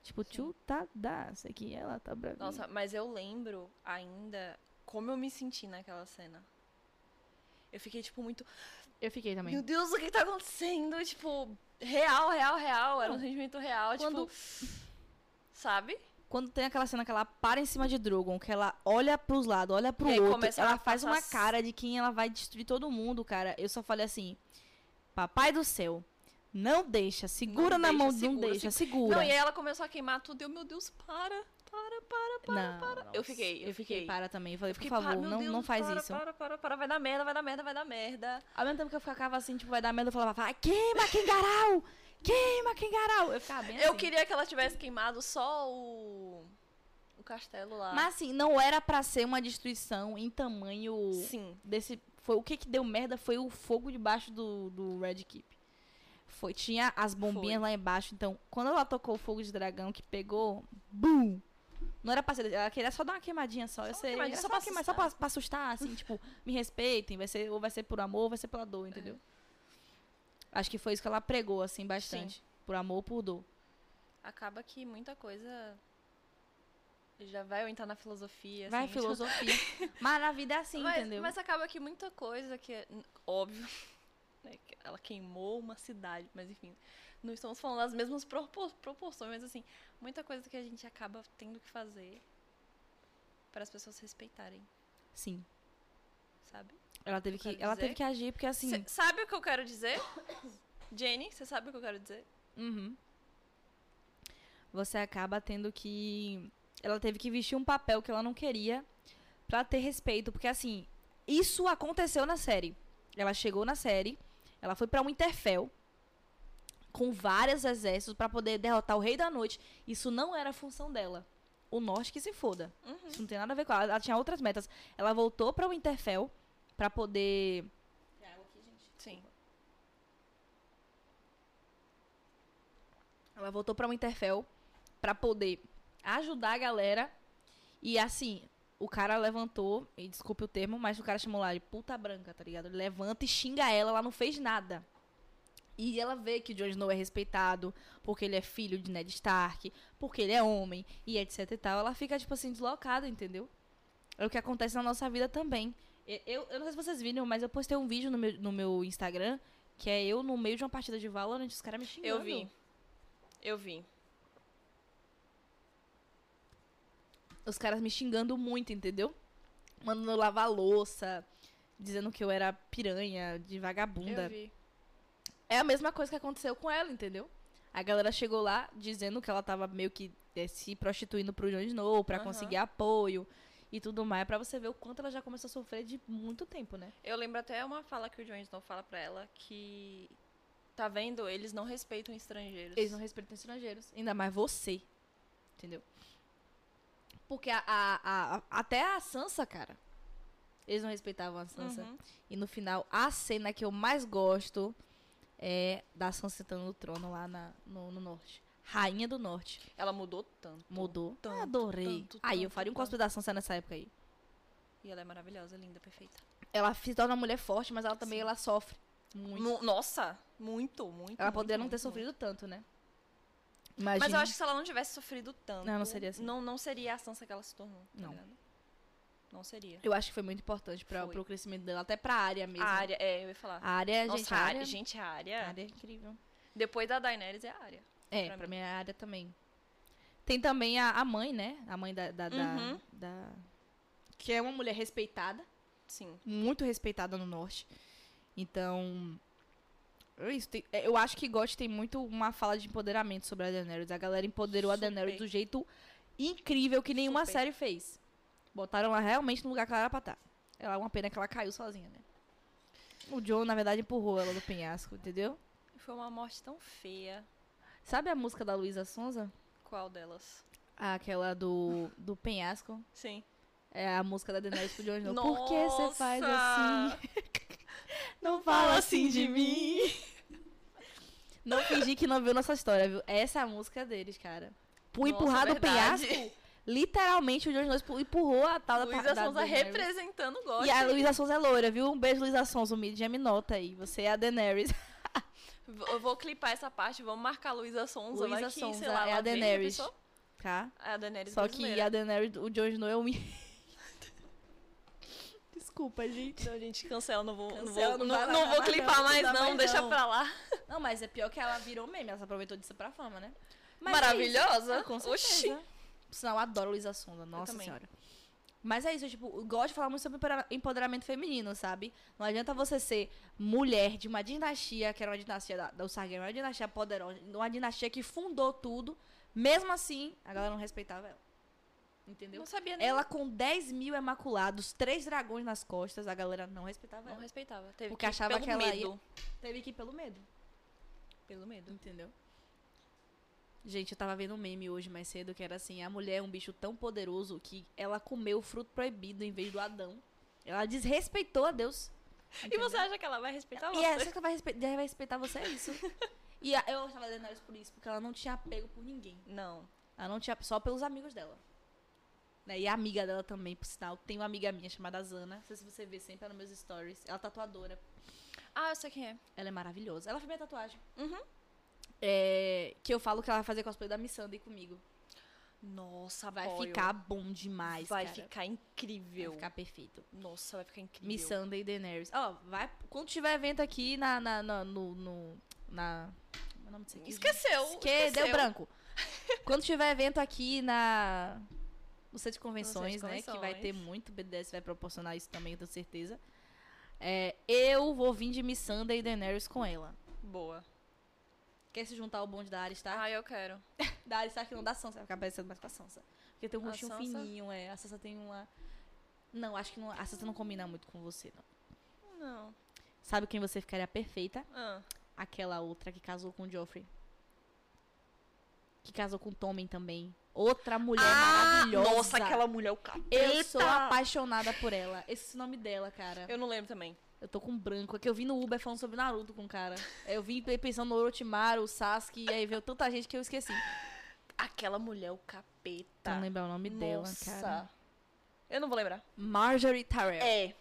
[SPEAKER 2] Tipo,
[SPEAKER 1] Sim.
[SPEAKER 2] tio, tá, dá. Isso aqui, ela tá bravinha.
[SPEAKER 1] Nossa, mas eu lembro ainda como eu me senti naquela cena. Eu fiquei, tipo, muito.
[SPEAKER 2] eu fiquei também.
[SPEAKER 1] Meu Deus, o que tá acontecendo? Tipo, real, real, real. Era um
[SPEAKER 2] Não.
[SPEAKER 1] sentimento real,
[SPEAKER 2] Quando-
[SPEAKER 1] tipo. Sabe?
[SPEAKER 2] Quando tem aquela cena que ela para em cima de Drogon, que ela olha pros lados, olha pro
[SPEAKER 1] E aí
[SPEAKER 2] outro,
[SPEAKER 1] começa
[SPEAKER 2] ela
[SPEAKER 1] a
[SPEAKER 2] faz
[SPEAKER 1] passar
[SPEAKER 2] uma
[SPEAKER 1] s-
[SPEAKER 2] cara de quem ela vai destruir todo mundo, cara. Eu só falei assim, papai do céu, não deixa, segura na
[SPEAKER 1] deixa,
[SPEAKER 2] mão, não
[SPEAKER 1] segura,
[SPEAKER 2] deixa, segura.
[SPEAKER 1] Não, e aí ela começou a queimar tudo. e Eu, meu Deus, para, para, para.
[SPEAKER 2] Não,
[SPEAKER 1] Eu fiquei, eu fiquei.
[SPEAKER 2] para também, eu falei,
[SPEAKER 1] Eu fiquei,
[SPEAKER 2] por
[SPEAKER 1] "Pa-
[SPEAKER 2] favor,
[SPEAKER 1] meu
[SPEAKER 2] não,
[SPEAKER 1] Deus,
[SPEAKER 2] não faz
[SPEAKER 1] para,
[SPEAKER 2] isso.
[SPEAKER 1] Para, para, para, vai dar merda, vai dar merda, vai dar merda.
[SPEAKER 2] Ao mesmo tempo que eu ficava assim, tipo, vai dar merda, eu falava, vai, queima, Kengarau, queima, Kengarau. Eu ficava bem assim.
[SPEAKER 1] Eu queria que ela tivesse queimado só o. O castelo lá.
[SPEAKER 2] Mas assim, não era pra ser uma destruição em tamanho...
[SPEAKER 1] Sim.
[SPEAKER 2] desse foi o que que deu merda foi o fogo debaixo do, do Red Keep. Foi tinha as bombinhas lá embaixo, então quando ela tocou o fogo de dragão que pegou, bum. Não era pra ser, ela queria só dar uma queimadinha só, eu
[SPEAKER 1] uma
[SPEAKER 2] sei,
[SPEAKER 1] queimadinha,
[SPEAKER 2] era
[SPEAKER 1] só
[SPEAKER 2] só pra
[SPEAKER 1] pra
[SPEAKER 2] queimar, só pra, pra assustar assim, tipo, me respeitem, vai ser ou vai ser por amor, ou vai ser pela dor, entendeu?
[SPEAKER 1] É.
[SPEAKER 2] Acho que foi isso que ela pregou assim bastante, por amor ou por dor.
[SPEAKER 1] acaba que muita coisa já vai eu entrar na filosofia.
[SPEAKER 2] vai
[SPEAKER 1] assim,
[SPEAKER 2] filosofia. Mas na vida é assim,
[SPEAKER 1] mas,
[SPEAKER 2] entendeu?
[SPEAKER 1] mas acaba que muita coisa que é n- óbvio, né, que ela queimou uma cidade, mas enfim, não estamos falando das mesmas propor- proporções, mas assim, muita coisa que a gente acaba tendo que fazer para as pessoas se respeitarem,
[SPEAKER 2] Sim.
[SPEAKER 1] sabe?
[SPEAKER 2] Ela teve
[SPEAKER 1] Eu quero
[SPEAKER 2] que ela
[SPEAKER 1] dizer
[SPEAKER 2] teve que agir porque assim,
[SPEAKER 1] Cê sabe o que eu quero dizer? Jenny, você sabe o que eu quero dizer?
[SPEAKER 2] Uhum. Você acaba tendo que. Ela teve que vestir um papel que ela não queria pra ter respeito. Porque, assim, isso aconteceu na série. Ela chegou na série, ela foi pra Winterfell com vários exércitos pra poder derrotar o Rei da Noite. Isso não era a função dela. O Norte que se foda.
[SPEAKER 1] Uhum.
[SPEAKER 2] Isso não tem nada a ver com ela. Ela tinha outras metas. Ela voltou pra Winterfell pra poder.
[SPEAKER 1] Sim.
[SPEAKER 2] Ela voltou pra Winterfell pra poder ajudar a galera. E assim, o cara levantou, e desculpe o termo, mas o cara chamou lá de puta branca, tá ligado? Ele levanta e xinga ela, ela não fez nada. E ela vê que o Jon Snow é respeitado, porque ele é filho de Ned Stark, porque ele é homem, e etc e tal. Ela fica, tipo assim, deslocada, entendeu? É o que acontece na nossa vida também. E- Eu, eu não sei se vocês viram, mas eu postei um vídeo no meu, no meu Instagram, que é eu no meio de uma partida de Valorant, os caras me xingando.
[SPEAKER 1] Eu vi. Eu vi.
[SPEAKER 2] os caras me xingando muito, entendeu? Mandando eu lavar louça, dizendo que eu era piranha, de vagabunda.
[SPEAKER 1] Eu vi.
[SPEAKER 2] É a mesma coisa que aconteceu com ela, entendeu? A galera chegou lá dizendo que ela tava meio que eh, se prostituindo pro Jon Snow pra
[SPEAKER 1] Aham.
[SPEAKER 2] conseguir apoio e tudo mais, pra você ver o quanto ela já começou a sofrer de muito tempo, né?
[SPEAKER 1] Eu lembro até uma fala que o Jon Snow fala pra ela que. Tá vendo? Eles não respeitam estrangeiros.
[SPEAKER 2] Eles não respeitam estrangeiros, ainda mais você, entendeu? Porque a, a- a- até a Sansa, cara, eles não respeitavam a Sansa.
[SPEAKER 1] Uhum.
[SPEAKER 2] E no final, a cena que eu mais gosto é da Sansa sentando no trono lá na- no, no norte. Rainha do Norte.
[SPEAKER 1] Ela mudou tanto.
[SPEAKER 2] Mudou.
[SPEAKER 1] tanto,
[SPEAKER 2] Adorei.
[SPEAKER 1] tanto,
[SPEAKER 2] aí eu
[SPEAKER 1] tanto,
[SPEAKER 2] faria um cosplay da Sansa nessa época aí.
[SPEAKER 1] E ela é maravilhosa, linda, perfeita.
[SPEAKER 2] Ela se torna uma mulher forte, mas ela também
[SPEAKER 1] Sim.
[SPEAKER 2] ela sofre. Muito.
[SPEAKER 1] Mu- Nossa, muito, muito.
[SPEAKER 2] Ela
[SPEAKER 1] muito,
[SPEAKER 2] poderia não
[SPEAKER 1] muito,
[SPEAKER 2] ter
[SPEAKER 1] muito.
[SPEAKER 2] sofrido tanto, né?
[SPEAKER 1] Mas eu acho que se ela não tivesse sofrido tanto.
[SPEAKER 2] Não, não seria assim.
[SPEAKER 1] Não, não seria a Sansa que ela se tornou. tá
[SPEAKER 2] Não.
[SPEAKER 1] ligado? Não seria.
[SPEAKER 2] eu acho que foi muito importante para
[SPEAKER 1] Foi.
[SPEAKER 2] o crescimento dela, até pra área mesmo.
[SPEAKER 1] A área, é, eu ia falar.
[SPEAKER 2] A área,
[SPEAKER 1] Nossa,
[SPEAKER 2] gente,
[SPEAKER 1] a
[SPEAKER 2] a
[SPEAKER 1] área.
[SPEAKER 2] área,
[SPEAKER 1] Gente, a
[SPEAKER 2] a
[SPEAKER 1] área.
[SPEAKER 2] área é incrível.
[SPEAKER 1] Depois da Daenerys é a área.
[SPEAKER 2] É,
[SPEAKER 1] Pra
[SPEAKER 2] pra, mim a área também. Tem também a, a mãe, né? A mãe da, da, da-
[SPEAKER 1] Uhum.
[SPEAKER 2] da- Que é uma mulher respeitada,
[SPEAKER 1] Sim.
[SPEAKER 2] muito respeitada no norte. Então. é Isso, tem- é, eu acho que Got tem muito uma fala de empoderamento sobre a Daenerys. A galera empoderou a
[SPEAKER 1] Super.
[SPEAKER 2] Daenerys do jeito incrível que nenhuma
[SPEAKER 1] Super.
[SPEAKER 2] série fez. Botaram ela realmente no lugar que ela era pra estar. Ela é uma pena que ela caiu sozinha, né? O John, na verdade, empurrou ela do penhasco, entendeu?
[SPEAKER 1] Foi uma morte tão feia.
[SPEAKER 2] Sabe a música da Luísa Sonza?
[SPEAKER 1] Qual delas?
[SPEAKER 2] Ah, Aquela do, do penhasco.
[SPEAKER 1] Sim.
[SPEAKER 2] É a música da Daenerys pro Jon Snow. Por que você faz assim? Não
[SPEAKER 1] Fala assim de mim.
[SPEAKER 2] Não fingir que não viu nossa história, viu? Essa é a música deles, cara. Por
[SPEAKER 1] Nossa,
[SPEAKER 2] empurrar do
[SPEAKER 1] verdade.
[SPEAKER 2] penhasco, literalmente o Jon Snow expu- empurrou a tal da
[SPEAKER 1] Luísa
[SPEAKER 2] da
[SPEAKER 1] Sonza
[SPEAKER 2] Daenerys.
[SPEAKER 1] representando o Got.
[SPEAKER 2] E a Luísa Sonza é loira, viu? Um beijo, Luísa Sonza. O mídia me nota aí. Você é a Daenerys.
[SPEAKER 1] V- Eu vou clipar essa parte, vamos marcar Luísa Sonza. vai
[SPEAKER 2] Luísa
[SPEAKER 1] que,
[SPEAKER 2] Sonza
[SPEAKER 1] sei lá,
[SPEAKER 2] é a
[SPEAKER 1] ela vem, já
[SPEAKER 2] Daenerys.
[SPEAKER 1] pensou?
[SPEAKER 2] Tá?
[SPEAKER 1] É a Daenerys
[SPEAKER 2] Só que
[SPEAKER 1] brasileira.
[SPEAKER 2] a Daenerys, o Jon Snow é um... Desculpa, gente.
[SPEAKER 1] Não, gente, cancela, não vou,
[SPEAKER 2] Cancela,
[SPEAKER 1] não vou,
[SPEAKER 2] não
[SPEAKER 1] não,
[SPEAKER 2] vai lá,
[SPEAKER 1] não
[SPEAKER 2] não
[SPEAKER 1] vou
[SPEAKER 2] vai
[SPEAKER 1] clipar
[SPEAKER 2] não,
[SPEAKER 1] mais
[SPEAKER 2] não vai
[SPEAKER 1] não, deixa
[SPEAKER 2] não.
[SPEAKER 1] pra lá.
[SPEAKER 2] Não, mas é pior que ela virou meme, ela se aproveitou disso pra fama, né? Mas
[SPEAKER 1] Maravilhosa.
[SPEAKER 2] É isso. Ah, com
[SPEAKER 1] Oxi.
[SPEAKER 2] certeza. Por sinal, eu adoro Luísa Sonda, nossa
[SPEAKER 1] também.
[SPEAKER 2] senhora. Mas é isso, eu, tipo, eu gosto de falar muito sobre empodera- empoderamento feminino, sabe? Não adianta você ser mulher de uma dinastia, que era uma dinastia da, da Sargon, uma dinastia poderosa, uma dinastia que fundou tudo, mesmo assim, a galera não respeitava ela. Entendeu?
[SPEAKER 1] Não sabia nem.
[SPEAKER 2] Ela com 10 mil emaculados, três dragões nas costas, a galera não respeitava
[SPEAKER 1] não
[SPEAKER 2] ela.
[SPEAKER 1] respeitava. Teve
[SPEAKER 2] Porque
[SPEAKER 1] que ir
[SPEAKER 2] achava
[SPEAKER 1] pelo
[SPEAKER 2] que ela ia-
[SPEAKER 1] medo.
[SPEAKER 2] Teve que ir pelo medo.
[SPEAKER 1] Pelo medo.
[SPEAKER 2] Entendeu? Gente, eu tava vendo um meme hoje mais cedo que era assim: a mulher é um bicho tão poderoso que ela comeu o fruto proibido em vez do Adão. Ela desrespeitou a Deus.
[SPEAKER 1] E
[SPEAKER 2] entendeu?
[SPEAKER 1] você acha que ela vai respeitar
[SPEAKER 2] E
[SPEAKER 1] você?
[SPEAKER 2] essa que vai respeitar, vai respeitar você é isso. e a- eu tava dando isso por isso, porque ela não tinha apego por ninguém.
[SPEAKER 1] Não.
[SPEAKER 2] Ela não tinha só pelos amigos dela. Né? E a amiga dela também, por sinal, tem uma amiga minha chamada Zana. Não sei se você vê sempre ela nos meus stories. Ela é tatuadora.
[SPEAKER 1] Ah, eu sei quem é.
[SPEAKER 2] Ela é maravilhosa. Ela fez minha tatuagem. É, que eu falo que ela vai fazer cosplay da Miss Sunday comigo.
[SPEAKER 1] Nossa,
[SPEAKER 2] Vai
[SPEAKER 1] apoio.
[SPEAKER 2] ficar bom demais,
[SPEAKER 1] Vai
[SPEAKER 2] cara.
[SPEAKER 1] ficar incrível.
[SPEAKER 2] Vai ficar perfeito.
[SPEAKER 1] Nossa, vai ficar incrível.
[SPEAKER 2] Miss Sunday e Daenerys. Ó, vai... Quando tiver evento aqui na... na, na no, no- na... Como é o nome disso aqui?
[SPEAKER 1] Esqueceu.
[SPEAKER 2] gente?
[SPEAKER 1] esqueceu.
[SPEAKER 2] Esque... Deu branco. Quando tiver evento aqui na... No centro de convenções,
[SPEAKER 1] de
[SPEAKER 2] né? Que vai ter
[SPEAKER 1] convenções.
[SPEAKER 2] muito. O BDS vai proporcionar isso também, eu tenho certeza. É, eu vou vir de Miss Sunday e Daenerys com ela.
[SPEAKER 1] Boa.
[SPEAKER 2] Quer se juntar ao bonde da Arya Stark?
[SPEAKER 1] Ah, eu quero.
[SPEAKER 2] Da Arya Stark não, da Sansa. Vai ficar parecendo mais com a Sansa. Porque tem um
[SPEAKER 1] A
[SPEAKER 2] rostinho
[SPEAKER 1] Sansa?
[SPEAKER 2] fininho, é. A Sansa tem uma... Não, acho que não, a Sansa não combina muito com você, não.
[SPEAKER 1] Não.
[SPEAKER 2] Sabe quem você ficaria perfeita?
[SPEAKER 1] Ah,
[SPEAKER 2] Aquela outra que casou com o Joffrey. Que casou com o Tommen também. Outra mulher maravilhosa.
[SPEAKER 1] Ah, Nossa, aquela mulher, o capeta.
[SPEAKER 2] Eu sou apaixonada por ela. Esse é o nome dela, cara. Eu...
[SPEAKER 1] Eu não lembro também.
[SPEAKER 2] tô com branco. É que eu vi no Uber falando sobre Naruto com o cara. Eu vim pensando no Orochimaru, o Sasuke, e aí veio tanta gente que eu esqueci. Então,
[SPEAKER 1] Aquela mulher, o capeta.
[SPEAKER 2] Não lembro o nome dela,
[SPEAKER 1] Tá. Nossa.
[SPEAKER 2] cara.
[SPEAKER 1] Eu não vou lembrar.
[SPEAKER 2] Marjorie Tyrell.
[SPEAKER 1] É.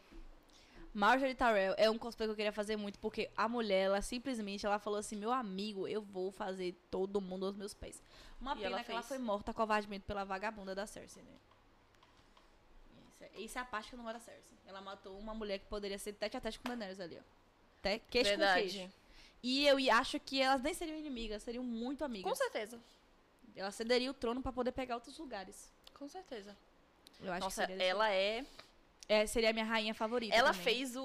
[SPEAKER 2] Marjorie Tyrell é um cosplay que eu queria fazer muito, porque a mulher, ela simplesmente, ela falou assim, meu amigo, eu vou fazer todo mundo aos meus pés. Uma
[SPEAKER 1] E
[SPEAKER 2] pena
[SPEAKER 1] ela
[SPEAKER 2] que ela
[SPEAKER 1] fez.
[SPEAKER 2] foi morta covardemente pela vagabunda da Cersei, né? Isso é- Isso é a parte que eu não gosto da Cersei. Ela matou uma mulher que poderia ser tete a tete com Daenerys ali, ó. Até queixo com
[SPEAKER 1] Verdade.
[SPEAKER 2] queixo. E eu e- acho que elas nem seriam inimigas, seriam muito
[SPEAKER 1] Com
[SPEAKER 2] amigas.
[SPEAKER 1] certeza.
[SPEAKER 2] Ela cederia o trono pra poder pegar outros lugares.
[SPEAKER 1] Com certeza.
[SPEAKER 2] Eu acho
[SPEAKER 1] Nossa,
[SPEAKER 2] que seria...
[SPEAKER 1] ela é.
[SPEAKER 2] É, seria a minha rainha favorita
[SPEAKER 1] Ela
[SPEAKER 2] também.
[SPEAKER 1] fez o,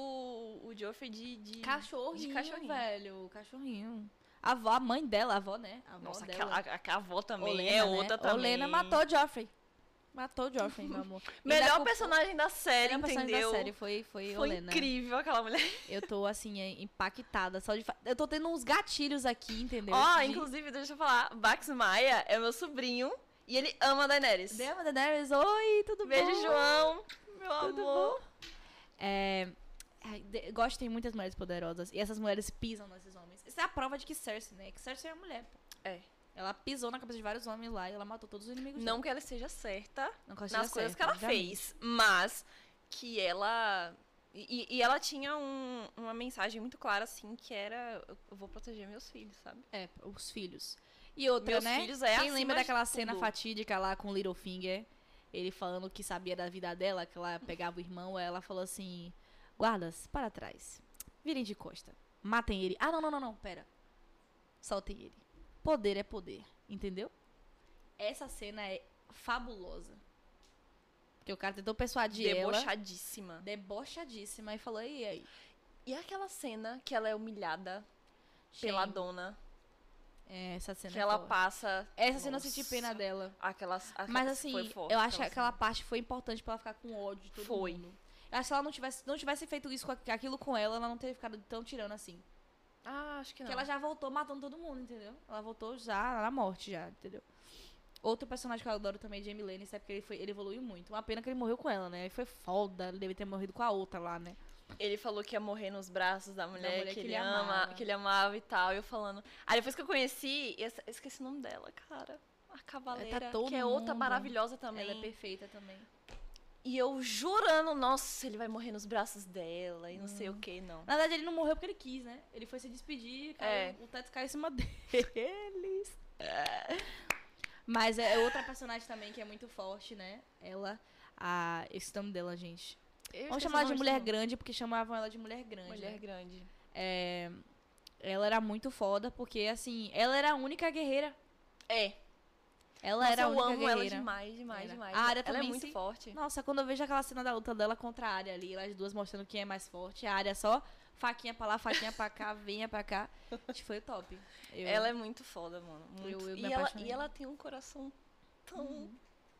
[SPEAKER 1] o Joffrey de. de...
[SPEAKER 2] Cachorrinho,
[SPEAKER 1] De cachorrinho.
[SPEAKER 2] velho. Cachorrinho. A, avó, a mãe dela, a avó, né? A avó
[SPEAKER 1] Nossa,
[SPEAKER 2] dela.
[SPEAKER 1] aquela, a, a avó também
[SPEAKER 2] Olena,
[SPEAKER 1] é
[SPEAKER 2] né?
[SPEAKER 1] outra também.
[SPEAKER 2] Olena matou Joffrey. Matou Joffrey, meu amor.
[SPEAKER 1] Melhor
[SPEAKER 2] Ainda
[SPEAKER 1] personagem da série,
[SPEAKER 2] Melhor personagem
[SPEAKER 1] entendeu?
[SPEAKER 2] da série foi, foi,
[SPEAKER 1] Foi
[SPEAKER 2] Olena.
[SPEAKER 1] incrível aquela mulher.
[SPEAKER 2] Eu tô, assim, é, impactada. Só de fa- Eu tô tendo uns gatilhos aqui, entendeu? Tipo,
[SPEAKER 1] Ó,
[SPEAKER 2] De-
[SPEAKER 1] inclusive, deixa eu falar, Bax Maia é meu sobrinho e ele ama a Daenerys.
[SPEAKER 2] Dema Daenerys, oi, tudo
[SPEAKER 1] Beijo,
[SPEAKER 2] bom?
[SPEAKER 1] João. Meu
[SPEAKER 2] Tudo
[SPEAKER 1] amor.
[SPEAKER 2] É... ai, de- Gosto, tem muitas mulheres poderosas. E essas mulheres pisam nesses homens. Isso é a prova de que Cersei, né? Que Cersei é uma mulher, pô.
[SPEAKER 1] É.
[SPEAKER 2] Ela pisou na cabeça de vários homens lá e ela matou todos os inimigos
[SPEAKER 1] Não que ela seja certa
[SPEAKER 2] dela. Não que ela
[SPEAKER 1] nas
[SPEAKER 2] seja
[SPEAKER 1] coisas
[SPEAKER 2] certa,
[SPEAKER 1] que ela
[SPEAKER 2] obviamente.
[SPEAKER 1] fez, mas que ela E, e ela tinha um- uma mensagem muito clara, assim, que era: eu vou proteger meus filhos, sabe?
[SPEAKER 2] É, os filhos. E outra,
[SPEAKER 1] Meus
[SPEAKER 2] né?
[SPEAKER 1] filhos é
[SPEAKER 2] Quem
[SPEAKER 1] acima
[SPEAKER 2] lembra
[SPEAKER 1] de
[SPEAKER 2] daquela cena
[SPEAKER 1] tudo.
[SPEAKER 2] fatídica lá com Littlefinger? Ele falando que sabia da vida dela, que ela pegava o irmão, aí ela falou assim: guardas, para trás. Virem de costa. Matem ele. Ah, não, não, não, não, pera. Soltem ele. Poder é poder, entendeu? Essa cena é fabulosa. Porque o cara tentou persuadir ela,
[SPEAKER 1] Debochadíssima.
[SPEAKER 2] debochadíssima, e falou: e aí?
[SPEAKER 1] E aquela cena que ela é humilhada pela
[SPEAKER 2] Shame.
[SPEAKER 1] dona,
[SPEAKER 2] É, essa cena
[SPEAKER 1] que
[SPEAKER 2] é
[SPEAKER 1] ela
[SPEAKER 2] forte.
[SPEAKER 1] passa.
[SPEAKER 2] Essa cena eu senti
[SPEAKER 1] Nossa.
[SPEAKER 2] pena dela.
[SPEAKER 1] Aquela, aquela-
[SPEAKER 2] Mas assim,
[SPEAKER 1] foi forte
[SPEAKER 2] eu acho que aquela
[SPEAKER 1] cena.
[SPEAKER 2] parte foi importante pra ela ficar com ódio de todo
[SPEAKER 1] Foi.
[SPEAKER 2] mundo. Eu acho que se ela não tivesse, não tivesse feito isso com a- aquilo com ela, ela não teria ficado tão tirando assim.
[SPEAKER 1] Ah, acho que não.
[SPEAKER 2] Porque ela já voltou matando todo mundo, entendeu? Ela voltou já na morte, já, entendeu? Outro personagem que eu adoro também, Jamie Lannister, é porque ele, foi, ele evoluiu muito. Uma pena que ele morreu com ela, né? Ele foi foda, ele deve ter morrido com a outra lá, né?
[SPEAKER 1] Ele falou que ia morrer nos braços da mulher,
[SPEAKER 2] mulher
[SPEAKER 1] que,
[SPEAKER 2] que
[SPEAKER 1] ele
[SPEAKER 2] ele
[SPEAKER 1] ama,
[SPEAKER 2] amava.
[SPEAKER 1] que ele amava e tal. E eu falando. Aí depois que eu conheci, eu eu esqueci o nome dela, cara. A Cavaleira,
[SPEAKER 2] tá todo
[SPEAKER 1] que é outra
[SPEAKER 2] mundo.
[SPEAKER 1] maravilhosa também.
[SPEAKER 2] Ela é perfeita também.
[SPEAKER 1] E eu jurando, nossa, ele vai morrer nos braços dela e não sei
[SPEAKER 2] Hum.
[SPEAKER 1] o que, não.
[SPEAKER 2] Na verdade, ele não morreu porque ele quis, né? Ele foi se despedir, caiu,
[SPEAKER 1] É.
[SPEAKER 2] o teto caiu em cima deles. Mas é outra personagem também que é muito forte, né? Ela, a... Esse nome dela, gente.
[SPEAKER 1] Eu
[SPEAKER 2] Vamos
[SPEAKER 1] esqueci
[SPEAKER 2] chamar
[SPEAKER 1] o
[SPEAKER 2] ela de
[SPEAKER 1] nome
[SPEAKER 2] Mulher
[SPEAKER 1] dela.
[SPEAKER 2] Grande, porque chamavam ela de Mulher Grande.
[SPEAKER 1] Mulher
[SPEAKER 2] né?
[SPEAKER 1] grande.
[SPEAKER 2] É, Ela era muito foda, porque, assim, ela era a única guerreira.
[SPEAKER 1] É.
[SPEAKER 2] Ela
[SPEAKER 1] Nossa,
[SPEAKER 2] era
[SPEAKER 1] eu
[SPEAKER 2] a única
[SPEAKER 1] amo ela
[SPEAKER 2] guerreira.
[SPEAKER 1] demais, demais,
[SPEAKER 2] Era.
[SPEAKER 1] demais.
[SPEAKER 2] A Arya
[SPEAKER 1] ela é
[SPEAKER 2] também
[SPEAKER 1] muito
[SPEAKER 2] se-
[SPEAKER 1] forte.
[SPEAKER 2] Nossa, quando eu vejo aquela cena da luta dela contra a área ali, elas duas mostrando quem é mais forte, a área só faquinha pra lá, faquinha pra cá, venha pra cá. Acho que foi top. Eu-
[SPEAKER 1] Ela é muito foda, mano. Muito.
[SPEAKER 2] eu me
[SPEAKER 1] e, ela,
[SPEAKER 2] apaixonei. Uhum.
[SPEAKER 1] e ela tem um coração tão.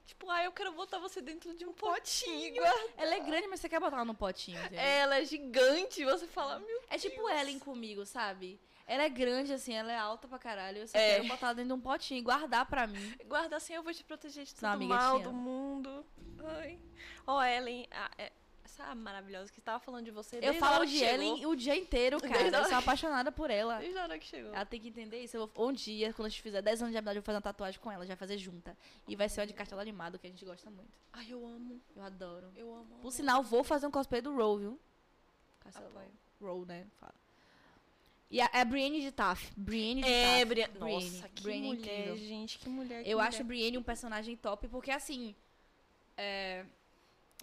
[SPEAKER 1] Tipo, ah, eu quero botar você dentro de um potinho.
[SPEAKER 2] Ela é grande, mas você quer botar ela num potinho, entendeu? É,
[SPEAKER 1] Ela é gigante. Você fala, meu
[SPEAKER 2] tipo
[SPEAKER 1] Deus.
[SPEAKER 2] Ellen comigo, sabe? Ela é grande, assim, ela é alta pra caralho. Eu só
[SPEAKER 1] É.
[SPEAKER 2] quero botar ela dentro de um potinho e guardar pra mim.
[SPEAKER 1] Guarda assim, eu vou te proteger de tudo
[SPEAKER 2] Não, amiga, assim,
[SPEAKER 1] mal
[SPEAKER 2] te
[SPEAKER 1] do
[SPEAKER 2] amo.
[SPEAKER 1] mundo. Ai. Ó, Ellen, a- é- essa maravilhosa que tava falando de você.
[SPEAKER 2] eu
[SPEAKER 1] desde a
[SPEAKER 2] falo
[SPEAKER 1] hora
[SPEAKER 2] de
[SPEAKER 1] que chegou.
[SPEAKER 2] Ellen o dia inteiro, cara.
[SPEAKER 1] Desde a
[SPEAKER 2] Eu
[SPEAKER 1] hora-
[SPEAKER 2] sou apaixonada por ela.
[SPEAKER 1] Desde a hora que chegou.
[SPEAKER 2] Ela tem que entender isso. Eu vou, um dia, quando a gente fizer 10 anos de amizade, eu vou fazer uma tatuagem com ela, a gente vai fazer junta. E vai ser uma de castelo animado, que a gente gosta muito.
[SPEAKER 1] Ai, eu amo.
[SPEAKER 2] Eu adoro.
[SPEAKER 1] Eu amo.
[SPEAKER 2] Por sinal, vou fazer um cosplay do Row, viu? Castelo
[SPEAKER 1] Apoio.
[SPEAKER 2] Row, né? Fala. E a, é a Brienne de Taff. Brienne de
[SPEAKER 1] É,
[SPEAKER 2] Taff.
[SPEAKER 1] Brian.
[SPEAKER 2] Brienne.
[SPEAKER 1] Nossa, que
[SPEAKER 2] Brienne é
[SPEAKER 1] mulher,
[SPEAKER 2] tá, incrível.
[SPEAKER 1] gente. Que mulher. que
[SPEAKER 2] Eu
[SPEAKER 1] mulher.
[SPEAKER 2] acho Brienne um personagem top, porque assim. é,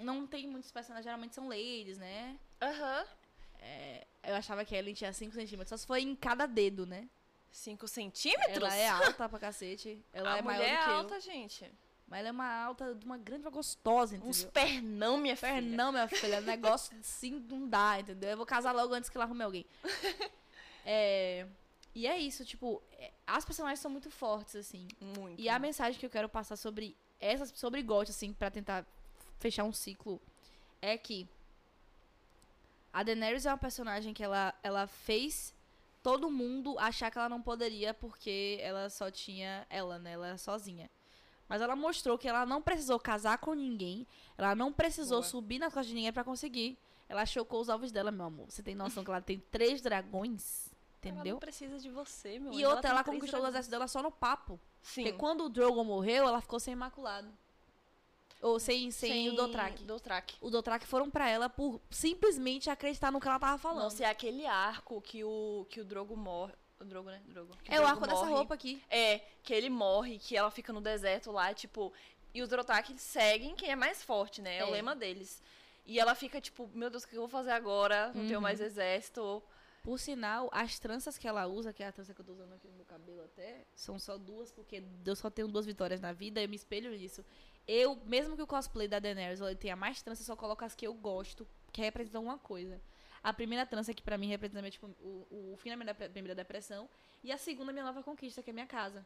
[SPEAKER 2] não tem muitos personagens, geralmente são ladies, né?
[SPEAKER 1] Aham.
[SPEAKER 2] É, eu achava que a Ellen tinha 5 centímetros, só se foi em cada dedo, né?
[SPEAKER 1] 5 centímetros?
[SPEAKER 2] Ela é alta pra cacete. Ela
[SPEAKER 1] a
[SPEAKER 2] é maior
[SPEAKER 1] mulher
[SPEAKER 2] do que
[SPEAKER 1] é
[SPEAKER 2] eu.
[SPEAKER 1] alta, gente.
[SPEAKER 2] Mas ela é uma alta, de uma grande, uma gostosa, entendeu?
[SPEAKER 1] Uns pernão, minha filha.
[SPEAKER 2] Fernão, minha filha, o negócio assim não dá, entendeu? Eu vou casar logo antes que ela arrume alguém. É, e é isso, tipo, é, as personagens são muito fortes, assim.
[SPEAKER 1] Muito.
[SPEAKER 2] E a mensagem que eu quero passar sobre essas sobre GOT, assim, pra tentar fechar um ciclo, é que a Daenerys é uma personagem que ela, ela fez todo mundo achar que ela não poderia porque ela só tinha ela, né? Ela era sozinha. Mas ela mostrou que ela não precisou casar com ninguém, ela não precisou
[SPEAKER 1] Boa.
[SPEAKER 2] subir na costa de ninguém pra conseguir. Ela chocou os alvos dela, meu amor. Você tem noção que ela tem três dragões?
[SPEAKER 1] Ela
[SPEAKER 2] Entendeu?
[SPEAKER 1] não precisa de você, meu
[SPEAKER 2] E
[SPEAKER 1] anjo.
[SPEAKER 2] outra,
[SPEAKER 1] tem
[SPEAKER 2] ela
[SPEAKER 1] três
[SPEAKER 2] conquistou o
[SPEAKER 1] dragões.
[SPEAKER 2] exército dela só no papo. Porque
[SPEAKER 1] Sim.
[SPEAKER 2] quando o Drogon morreu, ela ficou sem Imaculado. Ou sem, sem, o Dothraki.
[SPEAKER 1] Dothraki.
[SPEAKER 2] O Dothraki foram pra ela por simplesmente acreditar no que ela tava falando.
[SPEAKER 1] Nossa, é aquele arco que o, que o Drogo morre. O Drogo, né? Drogo. Que
[SPEAKER 2] é o
[SPEAKER 1] Drogo
[SPEAKER 2] arco dessa
[SPEAKER 1] morre.
[SPEAKER 2] roupa aqui.
[SPEAKER 1] É, que ele morre, que ela fica no deserto lá, tipo. E os Drotaki seguem quem é mais forte, né? É, o
[SPEAKER 2] É.
[SPEAKER 1] lema deles. E ela fica tipo, meu Deus, o que eu vou fazer agora? Não
[SPEAKER 2] Uhum.
[SPEAKER 1] tenho mais exército.
[SPEAKER 2] Por sinal, as tranças que ela usa, que é a trança que eu tô usando aqui no meu cabelo até, são só duas, porque eu só tenho duas vitórias na vida e eu me espelho nisso. Eu, mesmo que o cosplay da Daenerys ela tenha mais trança, eu só coloco as que eu gosto, que representam uma coisa. A primeira trança que pra mim representa meu, tipo, o, o fim da minha depre- primeira depressão. E a segunda, minha nova conquista, que é minha casa.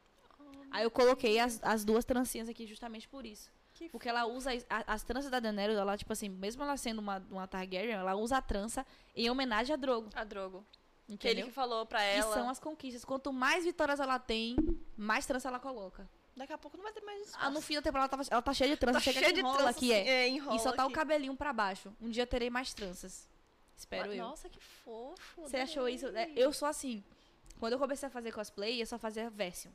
[SPEAKER 2] Aí eu coloquei as, as duas trancinhas aqui justamente por isso.
[SPEAKER 1] Que
[SPEAKER 2] Porque ela usa as- a- as tranças da Daenerys, ela, tipo assim, mesmo ela sendo uma, uma Targaryen, ela usa a trança em homenagem a Drogo.
[SPEAKER 1] A Drogo. Que ele
[SPEAKER 2] Entendeu?
[SPEAKER 1] que falou pra
[SPEAKER 2] Que
[SPEAKER 1] ela.
[SPEAKER 2] são as conquistas. Quanto mais vitórias ela tem, mais trança ela coloca.
[SPEAKER 1] Daqui a pouco não vai ter mais espaço.
[SPEAKER 2] Ah, no fim da temporada ela, tava- ela tá cheia de trança,
[SPEAKER 1] Tá
[SPEAKER 2] chega
[SPEAKER 1] cheia
[SPEAKER 2] que
[SPEAKER 1] de
[SPEAKER 2] enrola
[SPEAKER 1] trança,
[SPEAKER 2] aqui,
[SPEAKER 1] assim,
[SPEAKER 2] é.
[SPEAKER 1] enrola
[SPEAKER 2] E só tá
[SPEAKER 1] aqui.
[SPEAKER 2] o cabelinho pra baixo. Um dia terei mais tranças. Espero eu.
[SPEAKER 1] Nossa, que fofo.
[SPEAKER 2] Você achou isso? É, Eu sou assim. Quando eu comecei a fazer cosplay, eu só fazia version.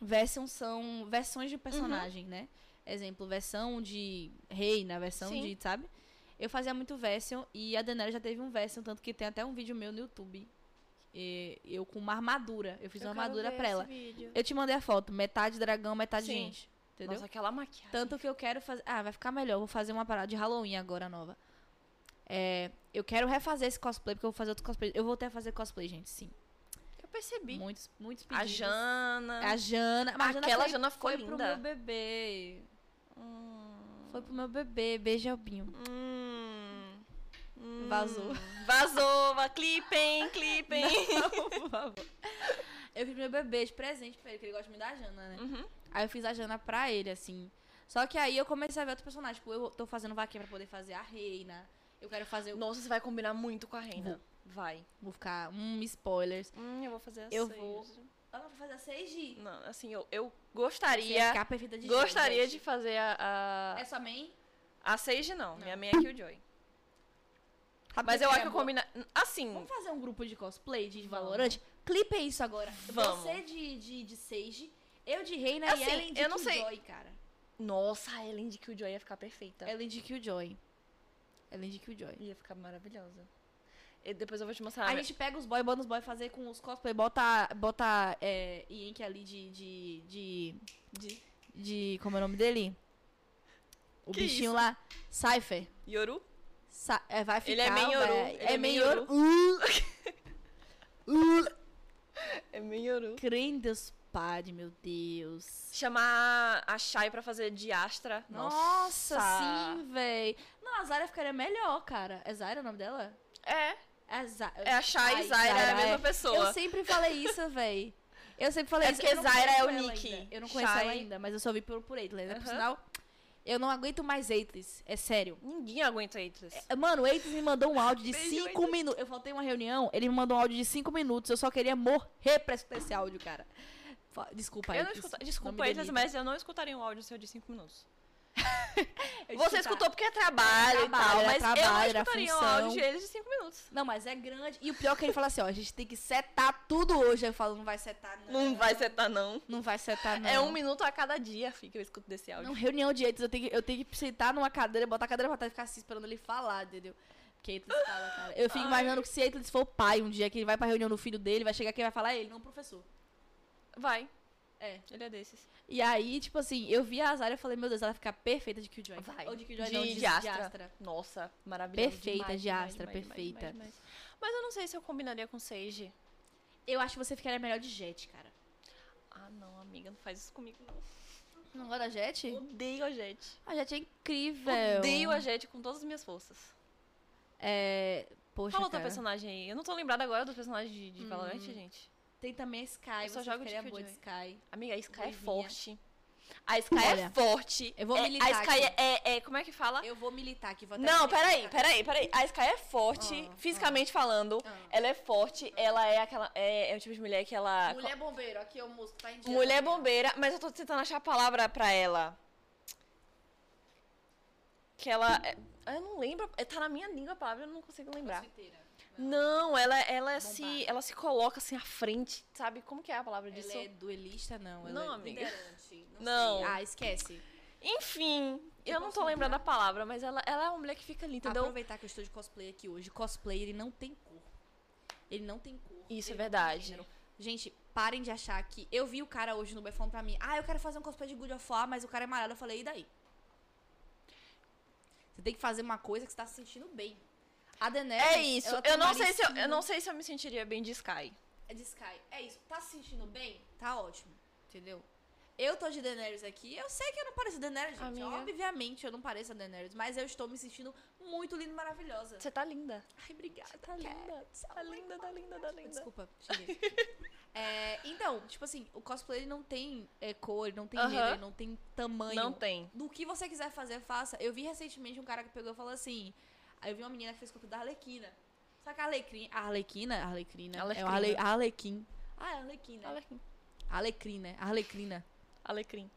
[SPEAKER 2] Version são
[SPEAKER 1] Uhum.
[SPEAKER 2] versões de personagem, né? Exemplo, versão de reina, versão
[SPEAKER 1] Sim.
[SPEAKER 2] de, sabe? Eu fazia muito Version e a Daenerys já teve um Version, tanto que tem até um vídeo meu no YouTube. E eu com uma armadura. Eu fiz
[SPEAKER 1] Eu
[SPEAKER 2] uma
[SPEAKER 1] quero
[SPEAKER 2] armadura
[SPEAKER 1] ver
[SPEAKER 2] pra
[SPEAKER 1] esse
[SPEAKER 2] ela.
[SPEAKER 1] vídeo.
[SPEAKER 2] Eu te mandei a foto, metade dragão, metade
[SPEAKER 1] Sim.
[SPEAKER 2] gente. Entendeu?
[SPEAKER 1] Nossa, aquela maquiagem.
[SPEAKER 2] Tanto que eu quero fazer. Ah, vai ficar melhor. eu Vou fazer uma parada de Halloween agora nova. É, eu quero refazer esse cosplay, porque eu vou fazer outro cosplay. Eu voltei a fazer cosplay, gente, sim.
[SPEAKER 1] Eu percebi.
[SPEAKER 2] Muitos, muitos pedidos.
[SPEAKER 1] a Jana.
[SPEAKER 2] A Jana. Mas
[SPEAKER 1] Aquela
[SPEAKER 2] a Jana
[SPEAKER 1] Jana ficou
[SPEAKER 2] foi, foi pro
[SPEAKER 1] linda.
[SPEAKER 2] meu bebê.
[SPEAKER 1] Hum.
[SPEAKER 2] Foi pro meu bebê. Beijo, Albinho.
[SPEAKER 1] Hum. Hum.
[SPEAKER 2] Vazou.
[SPEAKER 1] Vazou. va- Clipem, clipem.
[SPEAKER 2] Por favor. Eu fiz meu bebê de presente pra ele, porque ele gosta muito da Jana, né?
[SPEAKER 1] Uhum.
[SPEAKER 2] Aí eu fiz a Jana pra ele, assim. Só que aí eu comecei a ver outro personagem. Tipo, eu tô fazendo vaquinha pra poder fazer a reina. Eu quero fazer. o.
[SPEAKER 1] Nossa, você vai combinar muito com a Reina. Vai.
[SPEAKER 2] Vou ficar. Hum, spoilers.
[SPEAKER 1] Hum, eu vou fazer assim.
[SPEAKER 2] Eu vou. Ela vai fazer a 6G.
[SPEAKER 1] Não, assim, eu, eu
[SPEAKER 2] Você ia
[SPEAKER 1] gostaria.
[SPEAKER 2] ficar é perfeita de
[SPEAKER 1] Gostaria
[SPEAKER 2] jeito,
[SPEAKER 1] é de fazer a. A,
[SPEAKER 2] gente. É sua mãe?
[SPEAKER 1] a Sage, não. é
[SPEAKER 2] Não.
[SPEAKER 1] Minha meia é Killjoy. Mas eu acho que eu combina. Assim.
[SPEAKER 2] Vamos fazer um grupo de cosplay de Valorant? Clipe isso agora.
[SPEAKER 1] Vamos.
[SPEAKER 2] Você de, de, de Sage, eu de Reina
[SPEAKER 1] Assim,
[SPEAKER 2] e Ellen de
[SPEAKER 1] eu não sei.
[SPEAKER 2] Killjoy, cara.
[SPEAKER 1] Nossa, a Ellen de Killjoy ia ficar perfeita.
[SPEAKER 2] Ellen de Killjoy. Ellen de Killjoy.
[SPEAKER 1] Ia ficar maravilhosa. E depois eu vou te mostrar.
[SPEAKER 2] A gente pega os boy, bota os boy fazer com os cosplay, bota, bota é, Ink ali de, de, de,
[SPEAKER 1] de
[SPEAKER 2] de- Como é o nome dele? O
[SPEAKER 1] Que
[SPEAKER 2] bichinho
[SPEAKER 1] isso?
[SPEAKER 2] lá. Cypher.
[SPEAKER 1] Yoru.
[SPEAKER 2] Sa- é, vai ficar.
[SPEAKER 1] Ele é meio
[SPEAKER 2] vai-
[SPEAKER 1] Yoru, ele
[SPEAKER 2] É
[SPEAKER 1] é
[SPEAKER 2] meio
[SPEAKER 1] meio
[SPEAKER 2] ouro. Uh,
[SPEAKER 1] É meio Yoru.
[SPEAKER 2] Crendeus Padre, meu Deus.
[SPEAKER 1] Chamar a Shai pra fazer de Astra.
[SPEAKER 2] Nossa, sim, véi. Não, a Zaira ficaria melhor, cara. É Zaira o nome dela?
[SPEAKER 1] É,
[SPEAKER 2] É, Za...
[SPEAKER 1] é a Shai
[SPEAKER 2] Ai,
[SPEAKER 1] e Zaira, é a mesma
[SPEAKER 2] Eu
[SPEAKER 1] pessoa.
[SPEAKER 2] sempre falei isso, véi. Eu sempre falei
[SPEAKER 1] É
[SPEAKER 2] isso.
[SPEAKER 1] porque
[SPEAKER 2] eu não
[SPEAKER 1] Zaira é o
[SPEAKER 2] conheço ela
[SPEAKER 1] Nick.
[SPEAKER 2] ainda. Eu não conheço ela
[SPEAKER 1] Shai-
[SPEAKER 2] ainda, mas eu só vi por, por Eitlis. Né? Por
[SPEAKER 1] Aham.
[SPEAKER 2] sinal, eu não aguento mais Eitlis. É sério.
[SPEAKER 1] Ninguém aguenta isso.
[SPEAKER 2] Mano, o Eitlis me mandou um áudio de
[SPEAKER 1] Beijo,
[SPEAKER 2] 5 minutos. Eu faltei uma reunião, ele me mandou um áudio de 5 minutos. Eu só queria morrer pra escutar esse áudio, cara. Fa- Desculpa,
[SPEAKER 1] Eu não
[SPEAKER 2] Eitlis.
[SPEAKER 1] escuto,
[SPEAKER 2] me
[SPEAKER 1] desculpa, Eitlis,
[SPEAKER 2] demita.
[SPEAKER 1] mas eu não escutaria um áudio seu de 5 minutos.
[SPEAKER 2] Eu
[SPEAKER 1] Você
[SPEAKER 2] escutar.
[SPEAKER 1] escutou porque é trabalho, e
[SPEAKER 2] Trabalho, era
[SPEAKER 1] tal, mas eu não
[SPEAKER 2] trabalho, era
[SPEAKER 1] escutaria um
[SPEAKER 2] função.
[SPEAKER 1] áudio de eles de 5 minutos.
[SPEAKER 2] Não, mas é grande. E o pior é que ele fala assim, ó, a gente tem que setar tudo hoje. Aí Eu falo, não vai setar, não.
[SPEAKER 1] Não vai setar, não.
[SPEAKER 2] Não vai setar, não.
[SPEAKER 1] É um minuto a cada dia, fi, que eu escuto desse áudio.
[SPEAKER 2] Não, reunião de Eitos, eu tenho que, eu tenho que sentar numa cadeira, botar a cadeira pra trás e ficar assim, esperando ele falar, entendeu? Porque Eitos fala, cara. Eu fico
[SPEAKER 1] Ai.
[SPEAKER 2] imaginando que se Eitos for pai um dia, que ele vai pra reunião do filho dele, vai chegar quem vai falar é ele, não o professor.
[SPEAKER 1] Vai.
[SPEAKER 2] É.
[SPEAKER 1] Ele é desses.
[SPEAKER 2] E aí, tipo assim, eu vi a Zara e falei, meu Deus, ela vai ficar perfeita de Killjoy.
[SPEAKER 1] Vai.
[SPEAKER 2] Ou de Killjoy,
[SPEAKER 1] De-
[SPEAKER 2] não,
[SPEAKER 1] de Astra. Nossa, maravilhosa.
[SPEAKER 2] Perfeita,
[SPEAKER 1] demais,
[SPEAKER 2] de
[SPEAKER 1] demais,
[SPEAKER 2] Astra,
[SPEAKER 1] demais, demais,
[SPEAKER 2] perfeita.
[SPEAKER 1] demais, demais. Mas eu não sei se eu combinaria com Sage.
[SPEAKER 2] Eu acho que você ficaria melhor de Jet, cara.
[SPEAKER 1] Ah, não, amiga, não faz isso comigo, não.
[SPEAKER 2] Não gosta da Jet?
[SPEAKER 1] Odeio a Jet.
[SPEAKER 2] A Jet é incrível.
[SPEAKER 1] Odeio a Jet com todas as minhas forças.
[SPEAKER 2] É... Poxa,
[SPEAKER 1] Fala outra
[SPEAKER 2] cara.
[SPEAKER 1] personagem aí. Eu não tô lembrada agora dos personagens de, de Valorant, gente.
[SPEAKER 2] Tem também a Sky,
[SPEAKER 1] Eu só
[SPEAKER 2] você
[SPEAKER 1] jogo de
[SPEAKER 2] ficaria boa de
[SPEAKER 1] Killjoy.
[SPEAKER 2] Sky.
[SPEAKER 1] Amiga, a Sky é
[SPEAKER 2] Doidinha.
[SPEAKER 1] forte. A Sky é
[SPEAKER 2] Olha,
[SPEAKER 1] forte.
[SPEAKER 2] eu vou
[SPEAKER 1] É-
[SPEAKER 2] militar
[SPEAKER 1] A Sky
[SPEAKER 2] aqui.
[SPEAKER 1] é, é- é- Como é que fala?
[SPEAKER 2] Eu vou militar aqui, vou até
[SPEAKER 1] Não,
[SPEAKER 2] militar.
[SPEAKER 1] peraí, peraí, peraí. A Sky é forte,
[SPEAKER 2] Ah,
[SPEAKER 1] fisicamente falando.
[SPEAKER 2] Ah.
[SPEAKER 1] Ela é forte, ela é aquela. É, é o tipo de mulher que ela.
[SPEAKER 2] Mulher bombeiro, aqui é o músico, tá em dia.
[SPEAKER 1] Mulher bombeira, mas eu tô tentando achar a palavra pra ela. Que ela. é- ah, Eu não lembro. é, Tá na minha língua a palavra, eu não consigo lembrar.
[SPEAKER 2] Crossfiteira.
[SPEAKER 1] Não, ela, ela
[SPEAKER 2] Bombar.
[SPEAKER 1] se. Ela se coloca assim à frente, sabe? Como que é a palavra disso?
[SPEAKER 2] Ela é duelista, não. Ela
[SPEAKER 1] Não,
[SPEAKER 2] é
[SPEAKER 1] amiga.
[SPEAKER 2] liderante.
[SPEAKER 1] Não.
[SPEAKER 2] sei. Ah, esquece.
[SPEAKER 1] Enfim,
[SPEAKER 2] Eu
[SPEAKER 1] eu não tô
[SPEAKER 2] posso
[SPEAKER 1] lembrando a palavra, mas ela, ela é uma mulher que fica ali, entendeu?
[SPEAKER 2] Aproveitar que eu estou de cosplay aqui hoje. Cosplay, ele não tem cor. Ele não tem cor.
[SPEAKER 1] Isso é
[SPEAKER 2] Ele não tem
[SPEAKER 1] verdade.
[SPEAKER 2] gênero. Gente, parem de achar que. Eu vi o cara hoje no Uber falando pra mim: Ah, eu quero fazer um cosplay de Good of War, mas o cara é amarelo. Eu falei: E daí? Você tem que fazer uma coisa que você tá se sentindo bem. A Daenerys.
[SPEAKER 1] É isso.
[SPEAKER 2] ela tem
[SPEAKER 1] Eu
[SPEAKER 2] um
[SPEAKER 1] não, sei se eu,
[SPEAKER 2] narizinho
[SPEAKER 1] eu não sei se eu me sentiria bem de Sky.
[SPEAKER 2] de Sky. É isso. Tá se sentindo bem? Tá ótimo. Entendeu? Eu tô de Daenerys aqui. Eu sei que eu não pareço Daenerys, gente.
[SPEAKER 1] Amiga.
[SPEAKER 2] Obviamente eu não pareço a Daenerys, mas eu estou me sentindo muito linda e maravilhosa.
[SPEAKER 1] Você tá linda.
[SPEAKER 2] Ai, obrigada.
[SPEAKER 1] Tá
[SPEAKER 2] Cat.
[SPEAKER 1] linda. Tá linda, tá linda, tá linda.
[SPEAKER 2] Desculpa, cheguei. É, então, tipo assim, o cosplay ele não tem é, cor, ele não tem
[SPEAKER 1] Aham.
[SPEAKER 2] gênero, ele não tem tamanho.
[SPEAKER 1] Não tem.
[SPEAKER 2] Do que você quiser fazer, faça. Eu vi recentemente um cara que pegou e falou assim. Aí eu vi uma menina que fez cosplay da Arlequina. Só que a Arlequina. A Arlequina? A Arlequina. É o
[SPEAKER 1] Arlequina.
[SPEAKER 2] Arle, Arlequim. Ah, é Arlequina.
[SPEAKER 1] Alecrim.
[SPEAKER 2] Alecrim, né? Arlequina.
[SPEAKER 1] Alecrim.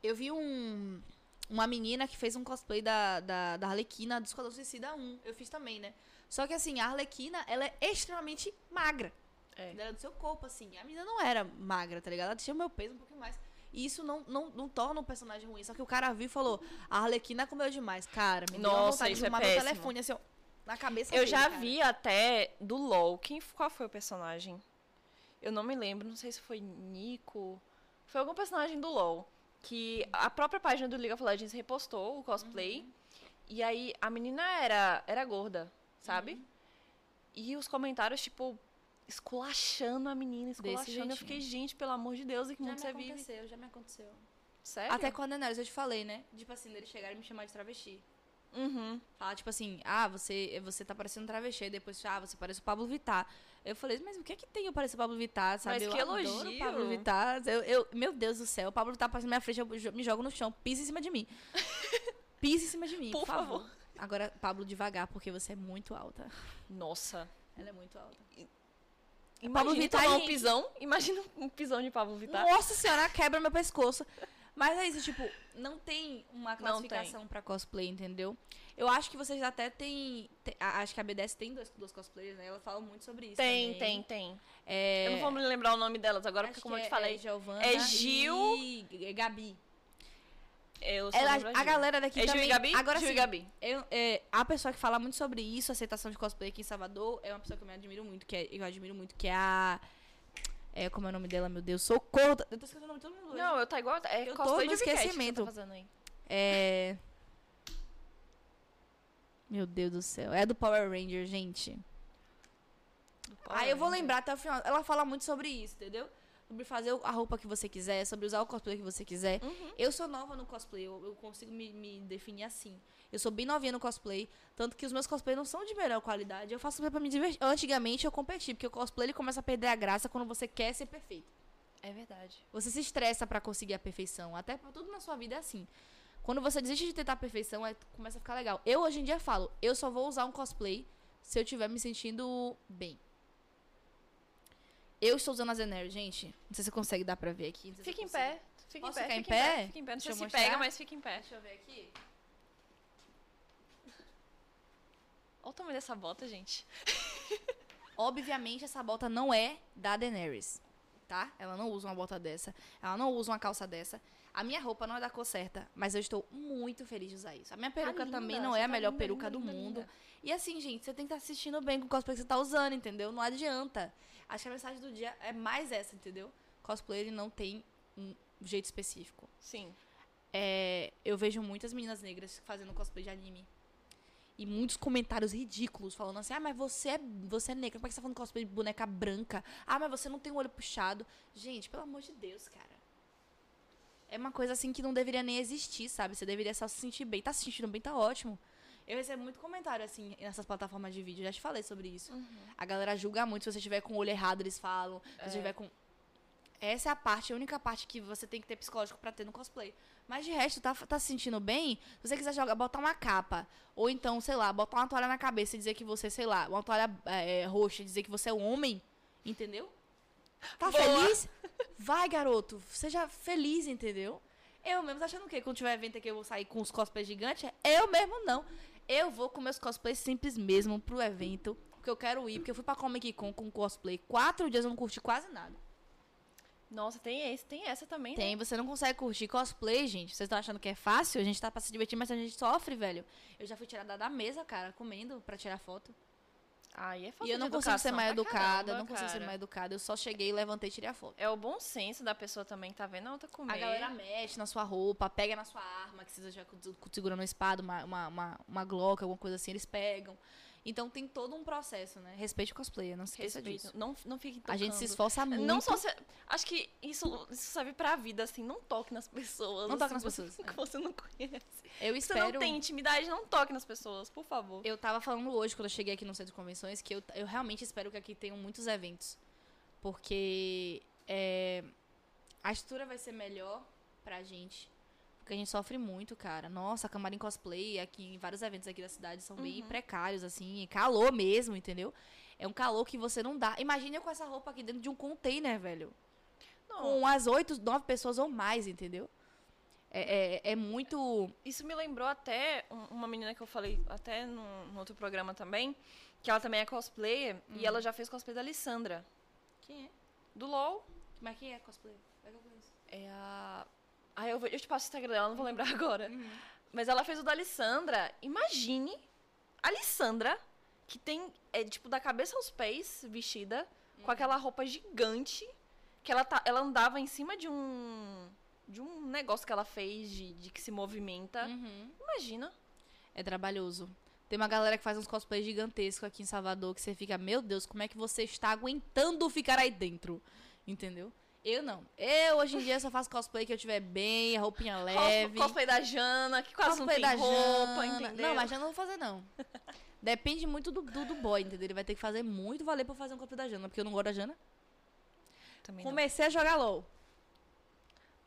[SPEAKER 2] Eu vi um, uma menina que fez um cosplay da, da, da Arlequina do Esquadrão Suicida 1. Eu fiz também, né? Só que assim, a Arlequina, ela é extremamente magra.
[SPEAKER 1] É.
[SPEAKER 2] Ela é do seu corpo, assim. A menina não era magra, tá ligado? Ela tinha o meu peso um pouquinho mais.
[SPEAKER 3] E isso não, não, não torna um personagem ruim. Só que o cara viu e falou: a Arlequina comeu demais. Cara, me deu uma
[SPEAKER 1] Nossa,
[SPEAKER 3] vontade de
[SPEAKER 1] isso é
[SPEAKER 3] tomar meu
[SPEAKER 1] péssimo.
[SPEAKER 3] telefone assim, ó, na cabeça
[SPEAKER 1] Eu
[SPEAKER 3] dele,
[SPEAKER 1] já
[SPEAKER 3] cara.
[SPEAKER 1] vi até do LOL. Quem, qual foi o personagem? Eu não me lembro, não sei se foi Nico. Foi algum personagem do LOL. Que a própria página do League of Legends repostou o cosplay.
[SPEAKER 2] Uhum.
[SPEAKER 1] E aí a menina era, era gorda, sabe?
[SPEAKER 2] Uhum.
[SPEAKER 1] E os comentários, tipo, esculachando a menina, esculachando.
[SPEAKER 2] jeitinho.
[SPEAKER 1] Eu fiquei, gente, pelo amor de Deus, em que mundo você vive?
[SPEAKER 2] já me aconteceu.
[SPEAKER 1] Sério?
[SPEAKER 2] Até com a Daenerys, eu te falei, né? Tipo assim, eles chegaram e me chamaram de travesti.
[SPEAKER 1] Uhum.
[SPEAKER 2] Falar, tipo assim, ah, você, você tá parecendo um travesti. Aí depois, ah, você parece o Pablo Vittar. Eu falei, mas o que é que tem eu parecer o Pablo Vittar, sabe?
[SPEAKER 1] Mas
[SPEAKER 2] eu
[SPEAKER 1] que
[SPEAKER 2] adoro o
[SPEAKER 1] elogio.
[SPEAKER 2] Pablo Vittar. Eu, eu- meu Deus do céu, o Pablo Vittar passa na minha frente, eu jo- me jogo no chão, pisa em cima de mim. Pisa em cima de mim, por,
[SPEAKER 1] Por favor.
[SPEAKER 2] Agora, Pablo, devagar, porque você é muito alta.
[SPEAKER 1] Nossa.
[SPEAKER 2] Ela é muito alta.
[SPEAKER 1] Imagina
[SPEAKER 2] É Vittar,
[SPEAKER 1] tomar um
[SPEAKER 2] gente.
[SPEAKER 1] pisão. Imagina um pisão de Pablo Vittar.
[SPEAKER 2] Nossa senhora, quebra meu pescoço. Mas é isso, tipo, não tem uma classificação pra cosplay, entendeu? Eu acho que vocês até têm. te- a- acho que a BDS tem dois, duas cosplayers, né? Ela fala muito sobre isso.
[SPEAKER 1] Tem, tem,
[SPEAKER 2] também.
[SPEAKER 1] tem.
[SPEAKER 2] É,
[SPEAKER 1] Eu não vou me lembrar o nome delas agora,
[SPEAKER 2] acho
[SPEAKER 1] porque como eu
[SPEAKER 2] que
[SPEAKER 1] te
[SPEAKER 2] é-
[SPEAKER 1] falei,
[SPEAKER 2] É, Giovana
[SPEAKER 1] é Gil-
[SPEAKER 2] E G- Gabi.
[SPEAKER 1] eu sou
[SPEAKER 2] é Ela, a galera daqui
[SPEAKER 1] é Gil
[SPEAKER 2] também.
[SPEAKER 1] e Gabi?
[SPEAKER 2] Agora
[SPEAKER 1] Gil e
[SPEAKER 2] sim,
[SPEAKER 1] Gabi.
[SPEAKER 2] eu- é, a pessoa que fala muito sobre isso, aceitação de cosplay aqui em Salvador, é uma pessoa que eu me admiro muito, que é, eu admiro muito, que é a. É, como é o nome dela, meu Deus? Socorro! Eu tô esquecendo o nome de todo mundo. hoje.
[SPEAKER 1] Não, eu tá igual. É
[SPEAKER 2] Eu tô
[SPEAKER 1] cosplay
[SPEAKER 2] no
[SPEAKER 1] de Viquete que você
[SPEAKER 2] esquecimento.
[SPEAKER 1] Tá fazendo aí.
[SPEAKER 2] É. Meu Deus do céu. É do Power Ranger, gente. Aí eu vou lembrar até o final. Ela fala muito sobre isso, entendeu? Sobre fazer o- a roupa que você quiser, sobre usar o cosplay que você quiser. Eu sou nova no cosplay, eu, eu consigo me, me definir assim. Eu sou bem novinha no cosplay, tanto que os meus cosplays não são de melhor qualidade. Eu faço pra me divertir. Antigamente eu competi, porque o cosplay ele começa a perder a graça quando você quer ser perfeito.
[SPEAKER 1] É verdade.
[SPEAKER 2] Você se estressa pra conseguir a perfeição. Até pra tudo na sua vida é assim. Quando você desiste de tentar a perfeição, aí começa a ficar legal. Eu hoje em dia falo, eu só vou usar um cosplay se eu estiver me sentindo bem. Eu estou usando a Zener, gente. Não sei se você consegue dar pra ver aqui. não sei se
[SPEAKER 1] Fica
[SPEAKER 2] eu
[SPEAKER 1] em
[SPEAKER 2] consigo.
[SPEAKER 1] pé. Fica em
[SPEAKER 2] Posso
[SPEAKER 1] pé.
[SPEAKER 2] ficar em
[SPEAKER 1] fica
[SPEAKER 2] pé?
[SPEAKER 1] Fica em pé. Não sei
[SPEAKER 2] Deixa eu
[SPEAKER 1] se pega,
[SPEAKER 2] mostrar.
[SPEAKER 1] mas fica em pé.
[SPEAKER 2] Deixa eu ver aqui.
[SPEAKER 1] Olha o tamanho dessa bota, gente.
[SPEAKER 2] Obviamente, essa bota não é da Daenerys, tá? Ela não usa uma bota dessa, ela não usa uma calça dessa. A minha roupa não é da cor certa, mas eu estou muito feliz de usar isso. A minha peruca
[SPEAKER 1] linda,
[SPEAKER 2] também não
[SPEAKER 1] você
[SPEAKER 2] é a
[SPEAKER 1] tá
[SPEAKER 2] melhor
[SPEAKER 1] linda,
[SPEAKER 2] peruca
[SPEAKER 1] linda,
[SPEAKER 2] do
[SPEAKER 1] linda,
[SPEAKER 2] mundo.
[SPEAKER 1] linda.
[SPEAKER 2] E assim, gente, você tem que estar assistindo bem com o cosplay que você tá usando, entendeu? Não adianta. Acho que a mensagem do dia é mais essa, entendeu? Cosplay, ele não tem um jeito específico.
[SPEAKER 1] Sim.
[SPEAKER 2] É, eu vejo muitas meninas negras fazendo cosplay de anime. E muitos comentários ridículos falando assim: ah, mas você é, você é negra, como é que você tá falando cosplay de boneca branca? Ah, mas você não tem o olho puxado. Gente, pelo amor de Deus, cara. É uma coisa assim que não deveria nem existir, sabe? Você deveria só se sentir bem. Tá se sentindo bem, tá ótimo. Eu recebo muito comentário assim nessas plataformas de vídeo, já te falei sobre isso. A galera julga muito se você tiver com o olho errado, eles falam. Se você tiver com. Essa é a parte, a única parte que você tem que ter psicológico pra ter no cosplay. Mas de resto, tá, tá se sentindo bem? Se você quiser jogar, botar uma capa. Ou então, sei lá, botar uma toalha na cabeça e dizer que você, sei lá, uma toalha é, roxa e dizer que você é um homem. Entendeu? Tá
[SPEAKER 1] Boa.
[SPEAKER 2] feliz? Vai, garoto. Seja feliz, entendeu? Eu mesmo, tá achando o quê? Quando tiver evento que eu vou sair com os cosplays gigantes? Eu mesmo não. Eu vou com meus cosplays simples mesmo pro evento. Porque eu quero ir, porque eu fui pra Comic Con com cosplay. Quatro dias eu não curti quase nada.
[SPEAKER 1] Nossa, tem esse, tem essa também, né?
[SPEAKER 2] Tem, você não consegue curtir cosplay, gente. Vocês estão achando que é fácil? A gente tá pra se divertir, mas a gente sofre, velho. Eu já fui tirada da mesa, cara, comendo pra tirar foto.
[SPEAKER 1] Aí é
[SPEAKER 2] e
[SPEAKER 1] falta
[SPEAKER 2] eu não
[SPEAKER 1] de
[SPEAKER 2] consigo ser
[SPEAKER 1] educação
[SPEAKER 2] mais
[SPEAKER 1] pra
[SPEAKER 2] educada, eu
[SPEAKER 1] caramba,
[SPEAKER 2] não consigo ser
[SPEAKER 1] cara.
[SPEAKER 2] mais educada. Eu só cheguei, levantei e tirei a foto.
[SPEAKER 1] É o bom senso da pessoa também que tá vendo a outra comer.
[SPEAKER 2] A galera mexe na sua roupa, pega na sua arma, que você já cu- cu- segurando uma espada, uma, uma, uma, uma glock, alguma coisa assim, eles pegam. Então tem todo um processo, né? Respeite o cosplayer, não se esqueça
[SPEAKER 1] Respeito.
[SPEAKER 2] disso.
[SPEAKER 1] Não, não fique
[SPEAKER 2] A gente se
[SPEAKER 1] tocando.
[SPEAKER 2] esforça muito.
[SPEAKER 1] Não só se- Acho que isso, isso serve pra vida, assim. Não toque nas pessoas.
[SPEAKER 2] Não toque
[SPEAKER 1] assim,
[SPEAKER 2] nas
[SPEAKER 1] você-
[SPEAKER 2] pessoas,
[SPEAKER 1] Que você não conhece.
[SPEAKER 2] Eu
[SPEAKER 1] Se você
[SPEAKER 2] espero...
[SPEAKER 1] não tem intimidade, não toque nas pessoas, por favor.
[SPEAKER 2] Eu tava falando hoje, quando eu cheguei aqui no Centro de Convenções, que eu, eu realmente espero que aqui tenham muitos eventos. Porque é, a estrutura vai ser melhor pra gente. Porque a gente sofre muito, cara. Nossa, camarim cosplay aqui em vários eventos aqui da cidade são bem precários, assim. Calor mesmo, entendeu? É um calor que você não dá. Imagina eu com essa roupa aqui dentro de um container, velho.
[SPEAKER 1] Não,
[SPEAKER 2] Com as oito, nove pessoas ou mais, entendeu? É, é, é muito.
[SPEAKER 1] Isso me lembrou até um- uma menina que eu falei até no, no outro programa também, que ela também é cosplayer
[SPEAKER 2] Hum.
[SPEAKER 1] e ela já fez cosplay da Alessandra,
[SPEAKER 2] Quem é?
[SPEAKER 1] do LOL.
[SPEAKER 2] Mas quem é cosplay? Como é que eu conheço?
[SPEAKER 1] É a. Ah, eu, vou- eu te passo o Instagram dela, não vou lembrar agora. Mas ela fez o da Alessandra. Imagine a Alessandra, que tem, é, tipo, da cabeça aos pés, vestida,
[SPEAKER 2] Uhum.
[SPEAKER 1] com aquela roupa gigante, que ela, tá, ela andava em cima de um. De um negócio que ela fez, de, de que se movimenta.
[SPEAKER 2] Uhum.
[SPEAKER 1] Imagina.
[SPEAKER 2] É trabalhoso. Tem uma galera que faz uns cosplays gigantescos aqui em Salvador que você fica, meu Deus, como é que você está aguentando ficar aí dentro? Entendeu? Eu não. Eu hoje em dia só faço cosplay que eu tiver bem, a roupinha leve.
[SPEAKER 1] Cos- Cosplay da Jana, que quase
[SPEAKER 2] É, Cosplay
[SPEAKER 1] não tem roupa,
[SPEAKER 2] Jana.
[SPEAKER 1] entendeu?
[SPEAKER 2] Não, mas já não vou fazer, não. Depende muito do, do, do boy, entendeu? Ele vai ter que fazer muito valer pra eu fazer um cosplay da Jana, porque eu não gosto da Jana.
[SPEAKER 1] Também não.
[SPEAKER 2] Comecei a jogar LOL.
[SPEAKER 1] é-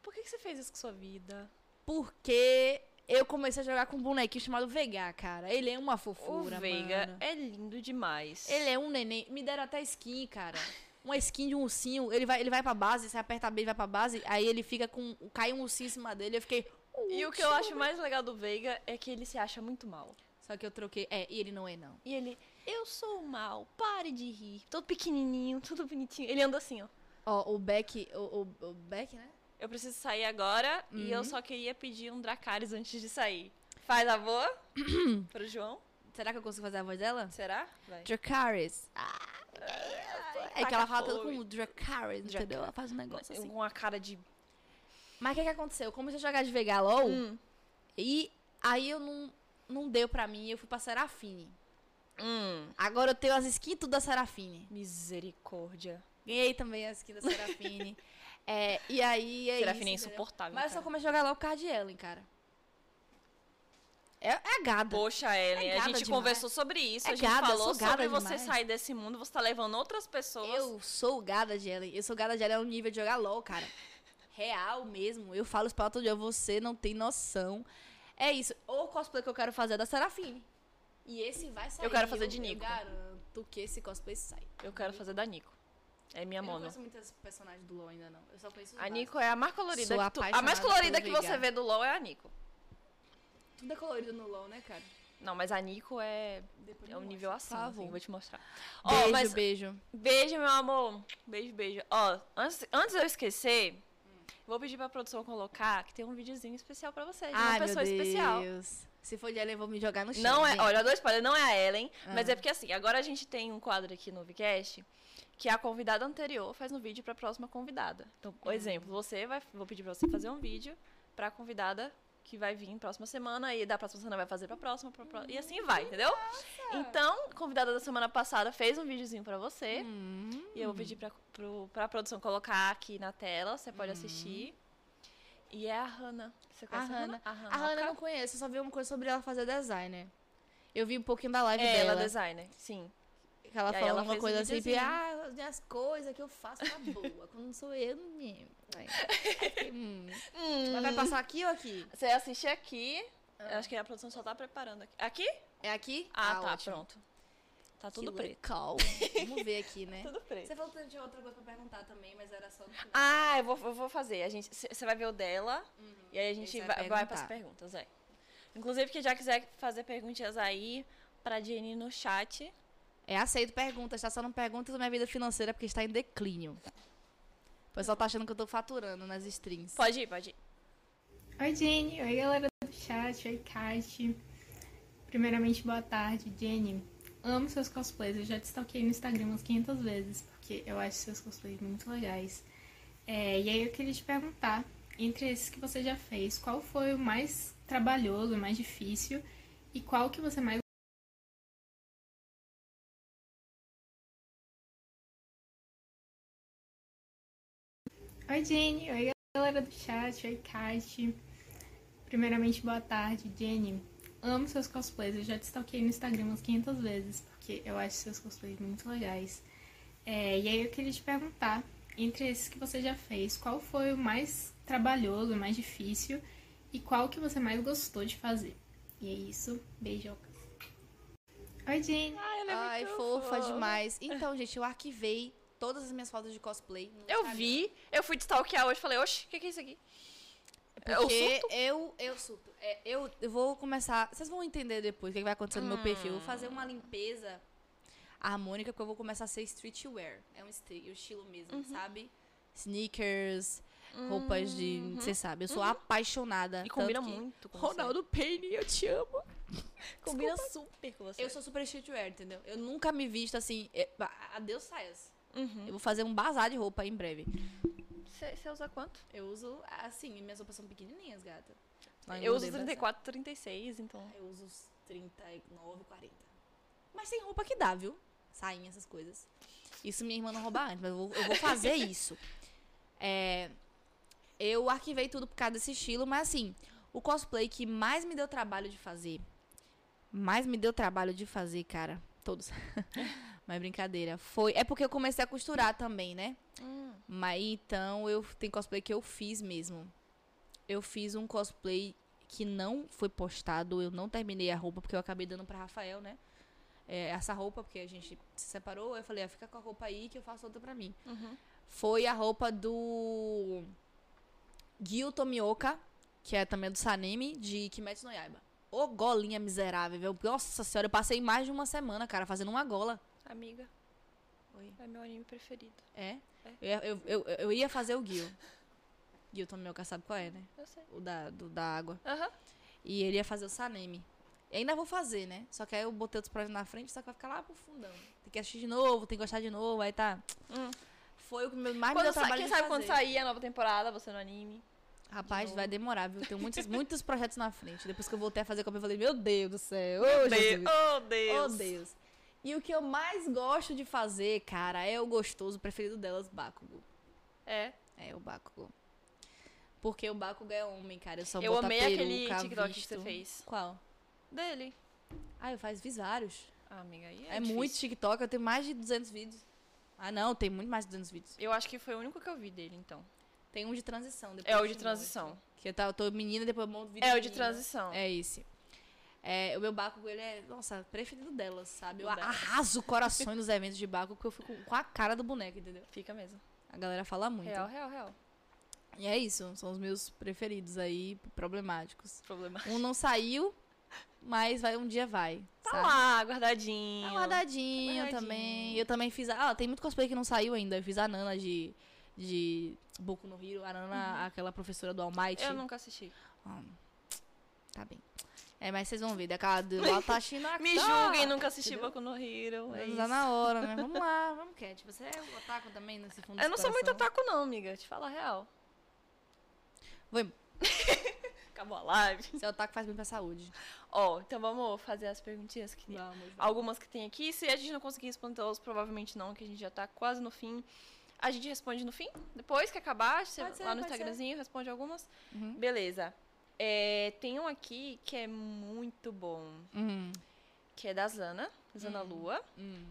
[SPEAKER 1] Por que, que você fez isso com sua vida?
[SPEAKER 2] Porque eu comecei a jogar com um bonequinho chamado Veigar, cara. Ele é uma fofura,
[SPEAKER 1] o Veiga
[SPEAKER 2] mano.
[SPEAKER 1] é lindo demais.
[SPEAKER 2] Ele é um neném. Me deram até skin, cara. Uma skin de um ursinho. Ele vai, ele vai pra base, você aperta B e vai pra base. Aí ele fica com. Cai um ursinho em cima dele. Eu fiquei.
[SPEAKER 1] E o que eu acho mais legal do Veiga é que ele se acha muito mal.
[SPEAKER 2] Só que eu troquei. É, e ele não é, não.
[SPEAKER 1] E ele, eu sou o mal, pare de rir. Todo pequenininho, todo bonitinho. Ele anda assim, ó.
[SPEAKER 2] Ó, o Beck. O, o, o Beck, né?
[SPEAKER 1] Eu preciso sair agora e
[SPEAKER 2] Uhum.
[SPEAKER 1] eu só queria pedir um Dracarys antes de sair. Faz a boa pro João.
[SPEAKER 2] Será que eu consigo fazer a voz dela?
[SPEAKER 1] Será? Vai.
[SPEAKER 2] Dracaris. É que
[SPEAKER 1] Taca
[SPEAKER 2] ela fala tudo
[SPEAKER 1] fogo.
[SPEAKER 2] com Dracaris, entendeu?
[SPEAKER 1] Dracarys.
[SPEAKER 2] Ela faz um negócio assim.
[SPEAKER 1] Com a cara de...
[SPEAKER 2] Mas o que, que aconteceu? Eu comecei a jogar de Veigar LOL.
[SPEAKER 1] Hum.
[SPEAKER 2] E aí eu não. Não deu pra mim. Eu fui pra Serafine.
[SPEAKER 1] Hum.
[SPEAKER 2] Agora eu tenho as skins tudo da Serafine.
[SPEAKER 1] Misericórdia.
[SPEAKER 2] Ganhei também a skin da Serafine. É, e aí é
[SPEAKER 1] Serafina é
[SPEAKER 2] isso, entendeu?
[SPEAKER 1] insuportável,
[SPEAKER 2] Mas eu só
[SPEAKER 1] cara.
[SPEAKER 2] comecei a jogar lá o card de Ellen, cara. É, é gada.
[SPEAKER 1] Poxa, Ellen,
[SPEAKER 2] É
[SPEAKER 1] a
[SPEAKER 2] gada
[SPEAKER 1] gente
[SPEAKER 2] demais.
[SPEAKER 1] conversou sobre isso.
[SPEAKER 2] É
[SPEAKER 1] a gente
[SPEAKER 2] gada, eu
[SPEAKER 1] falou
[SPEAKER 2] sou gada
[SPEAKER 1] sobre você
[SPEAKER 2] demais.
[SPEAKER 1] sair desse mundo, você tá levando outras pessoas.
[SPEAKER 2] Eu sou gada de Ellen. Eu sou gada de Ellen no nível de jogar LOL, cara. Real mesmo. Eu falo isso pra ela todo dia. Você não tem noção. É isso. Ou o cosplay que eu quero fazer é da Serafine. E esse vai sair.
[SPEAKER 1] Eu quero fazer de
[SPEAKER 2] Eu
[SPEAKER 1] Nico.
[SPEAKER 2] garanto que esse cosplay sai.
[SPEAKER 1] Eu quero fazer da Nico. É minha
[SPEAKER 2] Eu não
[SPEAKER 1] mono.
[SPEAKER 2] conheço muitas personagens do LOL ainda, não. Eu só conheço os
[SPEAKER 1] A
[SPEAKER 2] básicos.
[SPEAKER 1] Nico é a mais colorida.
[SPEAKER 2] Sou
[SPEAKER 1] que tu- A mais
[SPEAKER 2] apaixonada
[SPEAKER 1] colorida que
[SPEAKER 2] pelo
[SPEAKER 1] você
[SPEAKER 2] Vigar.
[SPEAKER 1] vê do LOL é a Nico.
[SPEAKER 2] Tudo é colorido no LOL, né, cara?
[SPEAKER 1] Não, mas a Nico é,
[SPEAKER 2] Depois
[SPEAKER 1] é um
[SPEAKER 2] me
[SPEAKER 1] nível
[SPEAKER 2] mostra,
[SPEAKER 1] acima,
[SPEAKER 2] por
[SPEAKER 1] assim,
[SPEAKER 2] favor.
[SPEAKER 1] vou te mostrar. Ó,
[SPEAKER 2] Beijo,
[SPEAKER 1] mas é
[SPEAKER 2] beijo.
[SPEAKER 1] beijo, meu amor. Beijo, beijo. Ó, antes, antes de eu esquecer, vou pedir pra produção colocar que tem um videozinho especial pra você, de uma pessoa especial.
[SPEAKER 2] Se for de Ellen, eu vou me jogar no chão.
[SPEAKER 1] Não é,
[SPEAKER 2] gente.
[SPEAKER 1] olha, dois spoiler, não é a Ellen, mas
[SPEAKER 2] Ah.
[SPEAKER 1] é porque assim, agora a gente tem um quadro aqui no Vcast que a convidada anterior faz um vídeo pra próxima convidada. Então,
[SPEAKER 2] Uhum.
[SPEAKER 1] por exemplo, você vai, vou pedir pra você fazer um vídeo pra convidada que vai vir próxima semana e da próxima semana vai fazer pra próxima, pra pró- e assim vai, entendeu? Então, a convidada da semana passada fez um videozinho pra você
[SPEAKER 2] Hum.
[SPEAKER 1] e eu vou pedir pra, pro, pra produção colocar aqui na tela, você pode assistir. E é a Hannah. Você
[SPEAKER 2] Uhum. A
[SPEAKER 1] conhece a
[SPEAKER 2] Hannah.
[SPEAKER 1] Hannah?
[SPEAKER 2] A Hannah é eu não conheço, eu só vi uma coisa sobre ela fazer designer. Eu vi um pouquinho da live
[SPEAKER 1] é,
[SPEAKER 2] dela.
[SPEAKER 1] ela é designer, sim.
[SPEAKER 2] que ela
[SPEAKER 1] E aí
[SPEAKER 2] falou
[SPEAKER 1] ela
[SPEAKER 2] uma
[SPEAKER 1] fez um
[SPEAKER 2] coisa assim,
[SPEAKER 1] videozinho.
[SPEAKER 2] ah, as minhas coisas que eu faço tá boa. Quando não sou eu, não me. Aí, aí eu fiquei, hum. Mas vai passar aqui ou aqui?
[SPEAKER 1] Você assiste aqui. Eu
[SPEAKER 2] Ah.
[SPEAKER 1] acho que a produção só tá preparando aqui. Aqui?
[SPEAKER 2] É aqui?
[SPEAKER 1] Ah, tá,
[SPEAKER 2] ótimo.
[SPEAKER 1] pronto. Tá
[SPEAKER 2] Que
[SPEAKER 1] tudo preto.
[SPEAKER 2] legal. Vamos ver aqui, né?
[SPEAKER 1] Tudo preto.
[SPEAKER 2] Você falou que tinha outra coisa pra perguntar também, mas era só no final.
[SPEAKER 1] Ah, eu vou, eu vou fazer. A gente, você vai ver o dela e aí a gente
[SPEAKER 2] Esse Uhum. vai
[SPEAKER 1] vai, vai para
[SPEAKER 2] perguntar.
[SPEAKER 1] perguntas, é. Inclusive, quem já quiser fazer perguntinhas aí pra Jenny no chat.
[SPEAKER 2] É, aceito perguntas, tá? Só não pergunta da minha vida financeira porque está em declínio. O pessoal tá achando que eu tô faturando nas strings.
[SPEAKER 1] Pode ir, pode ir.
[SPEAKER 4] Oi, Jenny. Oi, galera do chat. Oi, Kate. Primeiramente, boa tarde, Jenny. Amo seus cosplays. Eu já te stalkei no Instagram umas 500 vezes, porque eu acho seus cosplays muito legais. É, e aí eu queria te perguntar, entre esses que você já fez, qual foi o mais trabalhoso, o mais difícil e qual que você mais Oi, Jenny. Oi, galera do chat. Oi, Kate. Primeiramente, boa tarde, Jenny. Amo seus cosplays. Eu já te stalkei no Instagram umas 500 vezes, porque eu acho seus cosplays muito legais. É, e aí eu queria te perguntar, entre esses que você já fez, qual foi o mais trabalhoso, o mais difícil e qual que você mais gostou de fazer? E é isso. Beijocas. Oi, Jenny.
[SPEAKER 2] Ai, é fofa demais. Então, gente, eu arquivei todas as minhas fotos de cosplay. no
[SPEAKER 1] Eu
[SPEAKER 2] Instagram.
[SPEAKER 1] vi, eu fui te stalkear hoje, falei, oxe, o que, que é isso aqui? É o
[SPEAKER 2] Porque eu, eu surto. É, eu, eu vou começar. Vocês vão entender depois o que vai acontecer no meu perfil. Eu vou fazer uma limpeza
[SPEAKER 1] Uhum.
[SPEAKER 2] harmônica, porque eu vou começar a ser streetwear. É um, esti- um estilo mesmo, sabe? sneakers, roupas de. Você sabe, eu sou apaixonada.
[SPEAKER 1] Hum, uhum. E
[SPEAKER 2] tanto
[SPEAKER 1] combina
[SPEAKER 2] que-
[SPEAKER 1] muito com
[SPEAKER 2] Ronaldo Payne, eu te amo.
[SPEAKER 1] você. Combina super com você.
[SPEAKER 2] Eu sou super streetwear, entendeu? Eu nunca me visto assim. é, a- Adeus saias.
[SPEAKER 1] Uhum.
[SPEAKER 2] Eu vou fazer um bazar de roupa em breve.
[SPEAKER 1] Você você usa quanto?
[SPEAKER 2] Eu uso assim, minhas roupas são pequenininhas, gata. Não,
[SPEAKER 1] eu
[SPEAKER 2] não
[SPEAKER 1] uso
[SPEAKER 2] dei bazar.
[SPEAKER 1] 34, 36, então.
[SPEAKER 2] Eu uso os 39, 40. Mas tem roupa que dá, viu? Saem essas coisas. Isso minha irmã não rouba antes, mas eu vou, eu vou fazer isso. É, eu arquivei tudo por causa desse estilo, mas assim, o cosplay que mais me deu trabalho de fazer, mais me deu trabalho de fazer, cara, todos. mas brincadeira, foi. É porque eu comecei a costurar também, né?
[SPEAKER 1] Hum.
[SPEAKER 2] Mas então eu tem cosplay que eu fiz mesmo. Eu fiz um cosplay que não foi postado, eu não terminei a roupa porque eu acabei dando pra Rafael, né? É, essa roupa, porque a gente se separou, eu falei, ah, fica com a roupa aí que eu faço outra pra mim.
[SPEAKER 1] Uhum.
[SPEAKER 2] Foi a roupa do Gyu Tomioka, que é também do Sanemi, de Kimetsu no Yaiba. Ô golinha miserável, velho. Nossa senhora, eu passei mais de uma semana, cara, fazendo uma gola.
[SPEAKER 1] Amiga,
[SPEAKER 2] Oi.
[SPEAKER 1] é meu anime preferido.
[SPEAKER 2] É? Eu, ia- eu, eu, eu ia fazer o Gyu. Gyu Tomioka sabe qual é, né?
[SPEAKER 1] Eu sei.
[SPEAKER 2] O da, do, da água.
[SPEAKER 1] Aham.
[SPEAKER 2] E ele ia fazer o Sanemi. E ainda vou fazer, né? Só que aí eu botei outros projetos na frente, só que vai ficar lá pro fundão. Tem que assistir de novo, tem que gostar de novo, aí tá.
[SPEAKER 1] Hum.
[SPEAKER 2] Foi o que mais me
[SPEAKER 1] Quando
[SPEAKER 2] deu
[SPEAKER 1] sa-
[SPEAKER 2] trabalho
[SPEAKER 1] Quem
[SPEAKER 2] de
[SPEAKER 1] sabe
[SPEAKER 2] fazer.
[SPEAKER 1] quando sair a nova temporada, você no anime.
[SPEAKER 2] Rapaz,
[SPEAKER 1] novo.
[SPEAKER 2] vai demorar, viu? Tem muitos, muitos projetos na frente. Depois que eu voltei a fazer copa, eu falei, meu Deus do céu, ô Jesus,
[SPEAKER 1] Oh,
[SPEAKER 2] ô
[SPEAKER 1] Deus.
[SPEAKER 2] Deus. E o que eu mais gosto de fazer, cara, é o gostoso preferido delas, Bakugo.
[SPEAKER 1] É.
[SPEAKER 2] É, o Bakugo. Porque o Bakugo é homem, cara. Eu só
[SPEAKER 1] Eu
[SPEAKER 2] boto a
[SPEAKER 1] amei aquele
[SPEAKER 2] peruca,
[SPEAKER 1] TikTok que
[SPEAKER 2] visto.
[SPEAKER 1] você fez.
[SPEAKER 2] Qual?
[SPEAKER 1] Dele.
[SPEAKER 2] Ah, eu faz, fiz vários.
[SPEAKER 1] Ah, amiga, aí é,
[SPEAKER 2] É,
[SPEAKER 1] difícil.
[SPEAKER 2] muito TikTok, eu tenho mais de 200 vídeos. Ah, não, tem muito mais de 200 vídeos.
[SPEAKER 1] Eu acho que foi o único que eu vi dele, então.
[SPEAKER 2] Tem um de transição. Depois
[SPEAKER 1] É o
[SPEAKER 2] eu
[SPEAKER 1] de
[SPEAKER 2] te
[SPEAKER 1] transição.
[SPEAKER 2] mostro. Que eu, tá, eu tô menina, depois eu monto vídeo
[SPEAKER 1] É o de
[SPEAKER 2] menina.
[SPEAKER 1] transição.
[SPEAKER 2] É esse. É, o meu Baco, ele é, nossa, preferido delas, sabe? Eu
[SPEAKER 1] O delas.
[SPEAKER 2] arraso corações nos eventos de Baco, porque eu fico com a cara do boneco, entendeu?
[SPEAKER 1] Fica mesmo.
[SPEAKER 2] A galera fala muito.
[SPEAKER 1] Real, real, real.
[SPEAKER 2] E é isso, são os meus preferidos aí, problemáticos.
[SPEAKER 1] Problema.
[SPEAKER 2] Um não saiu, mas vai um dia vai.
[SPEAKER 1] Tá
[SPEAKER 2] sabe?
[SPEAKER 1] lá, guardadinho.
[SPEAKER 2] Tá guardadinho
[SPEAKER 1] Tá guardadinho.
[SPEAKER 2] também. Eu também fiz. a- Ah, tem muito cosplay que não saiu ainda. Eu fiz a Nana de. De Boku no Hero. A Nana, aquela professora do All Might.
[SPEAKER 1] Uhum. Eu nunca assisti.
[SPEAKER 2] Ah, tá bem. É, mas vocês vão ver. Daquela do Watashi no
[SPEAKER 1] Me
[SPEAKER 2] Aka.
[SPEAKER 1] julguem, nunca assisti
[SPEAKER 2] Entendeu?
[SPEAKER 1] Boku no Hero. É
[SPEAKER 2] Tá
[SPEAKER 1] isso.
[SPEAKER 2] na hora, né? Vamos lá, vamos, Cat. Você é o otaku também nesse fundo
[SPEAKER 1] Eu
[SPEAKER 2] do
[SPEAKER 1] não sou muito
[SPEAKER 2] coração?
[SPEAKER 1] otaku, não, amiga. Te falar a real.
[SPEAKER 2] Vou em-
[SPEAKER 1] Acabou a live.
[SPEAKER 2] Ser é otaku faz bem pra saúde.
[SPEAKER 1] Ó, então vamos fazer as perguntinhas que
[SPEAKER 2] Vamos.
[SPEAKER 1] algumas que tem aqui. Se a gente não conseguir responder todas, provavelmente não, que a gente já tá quase no fim. A gente responde no fim, depois que acabar, você-
[SPEAKER 2] Pode ser,
[SPEAKER 1] lá no
[SPEAKER 2] pode ser.
[SPEAKER 1] Instagramzinho, responde algumas.
[SPEAKER 2] Uhum.
[SPEAKER 1] Beleza. É, tem um aqui que é muito bom,
[SPEAKER 2] Hum,
[SPEAKER 1] que é da Zana, Zana Lua.
[SPEAKER 2] hum.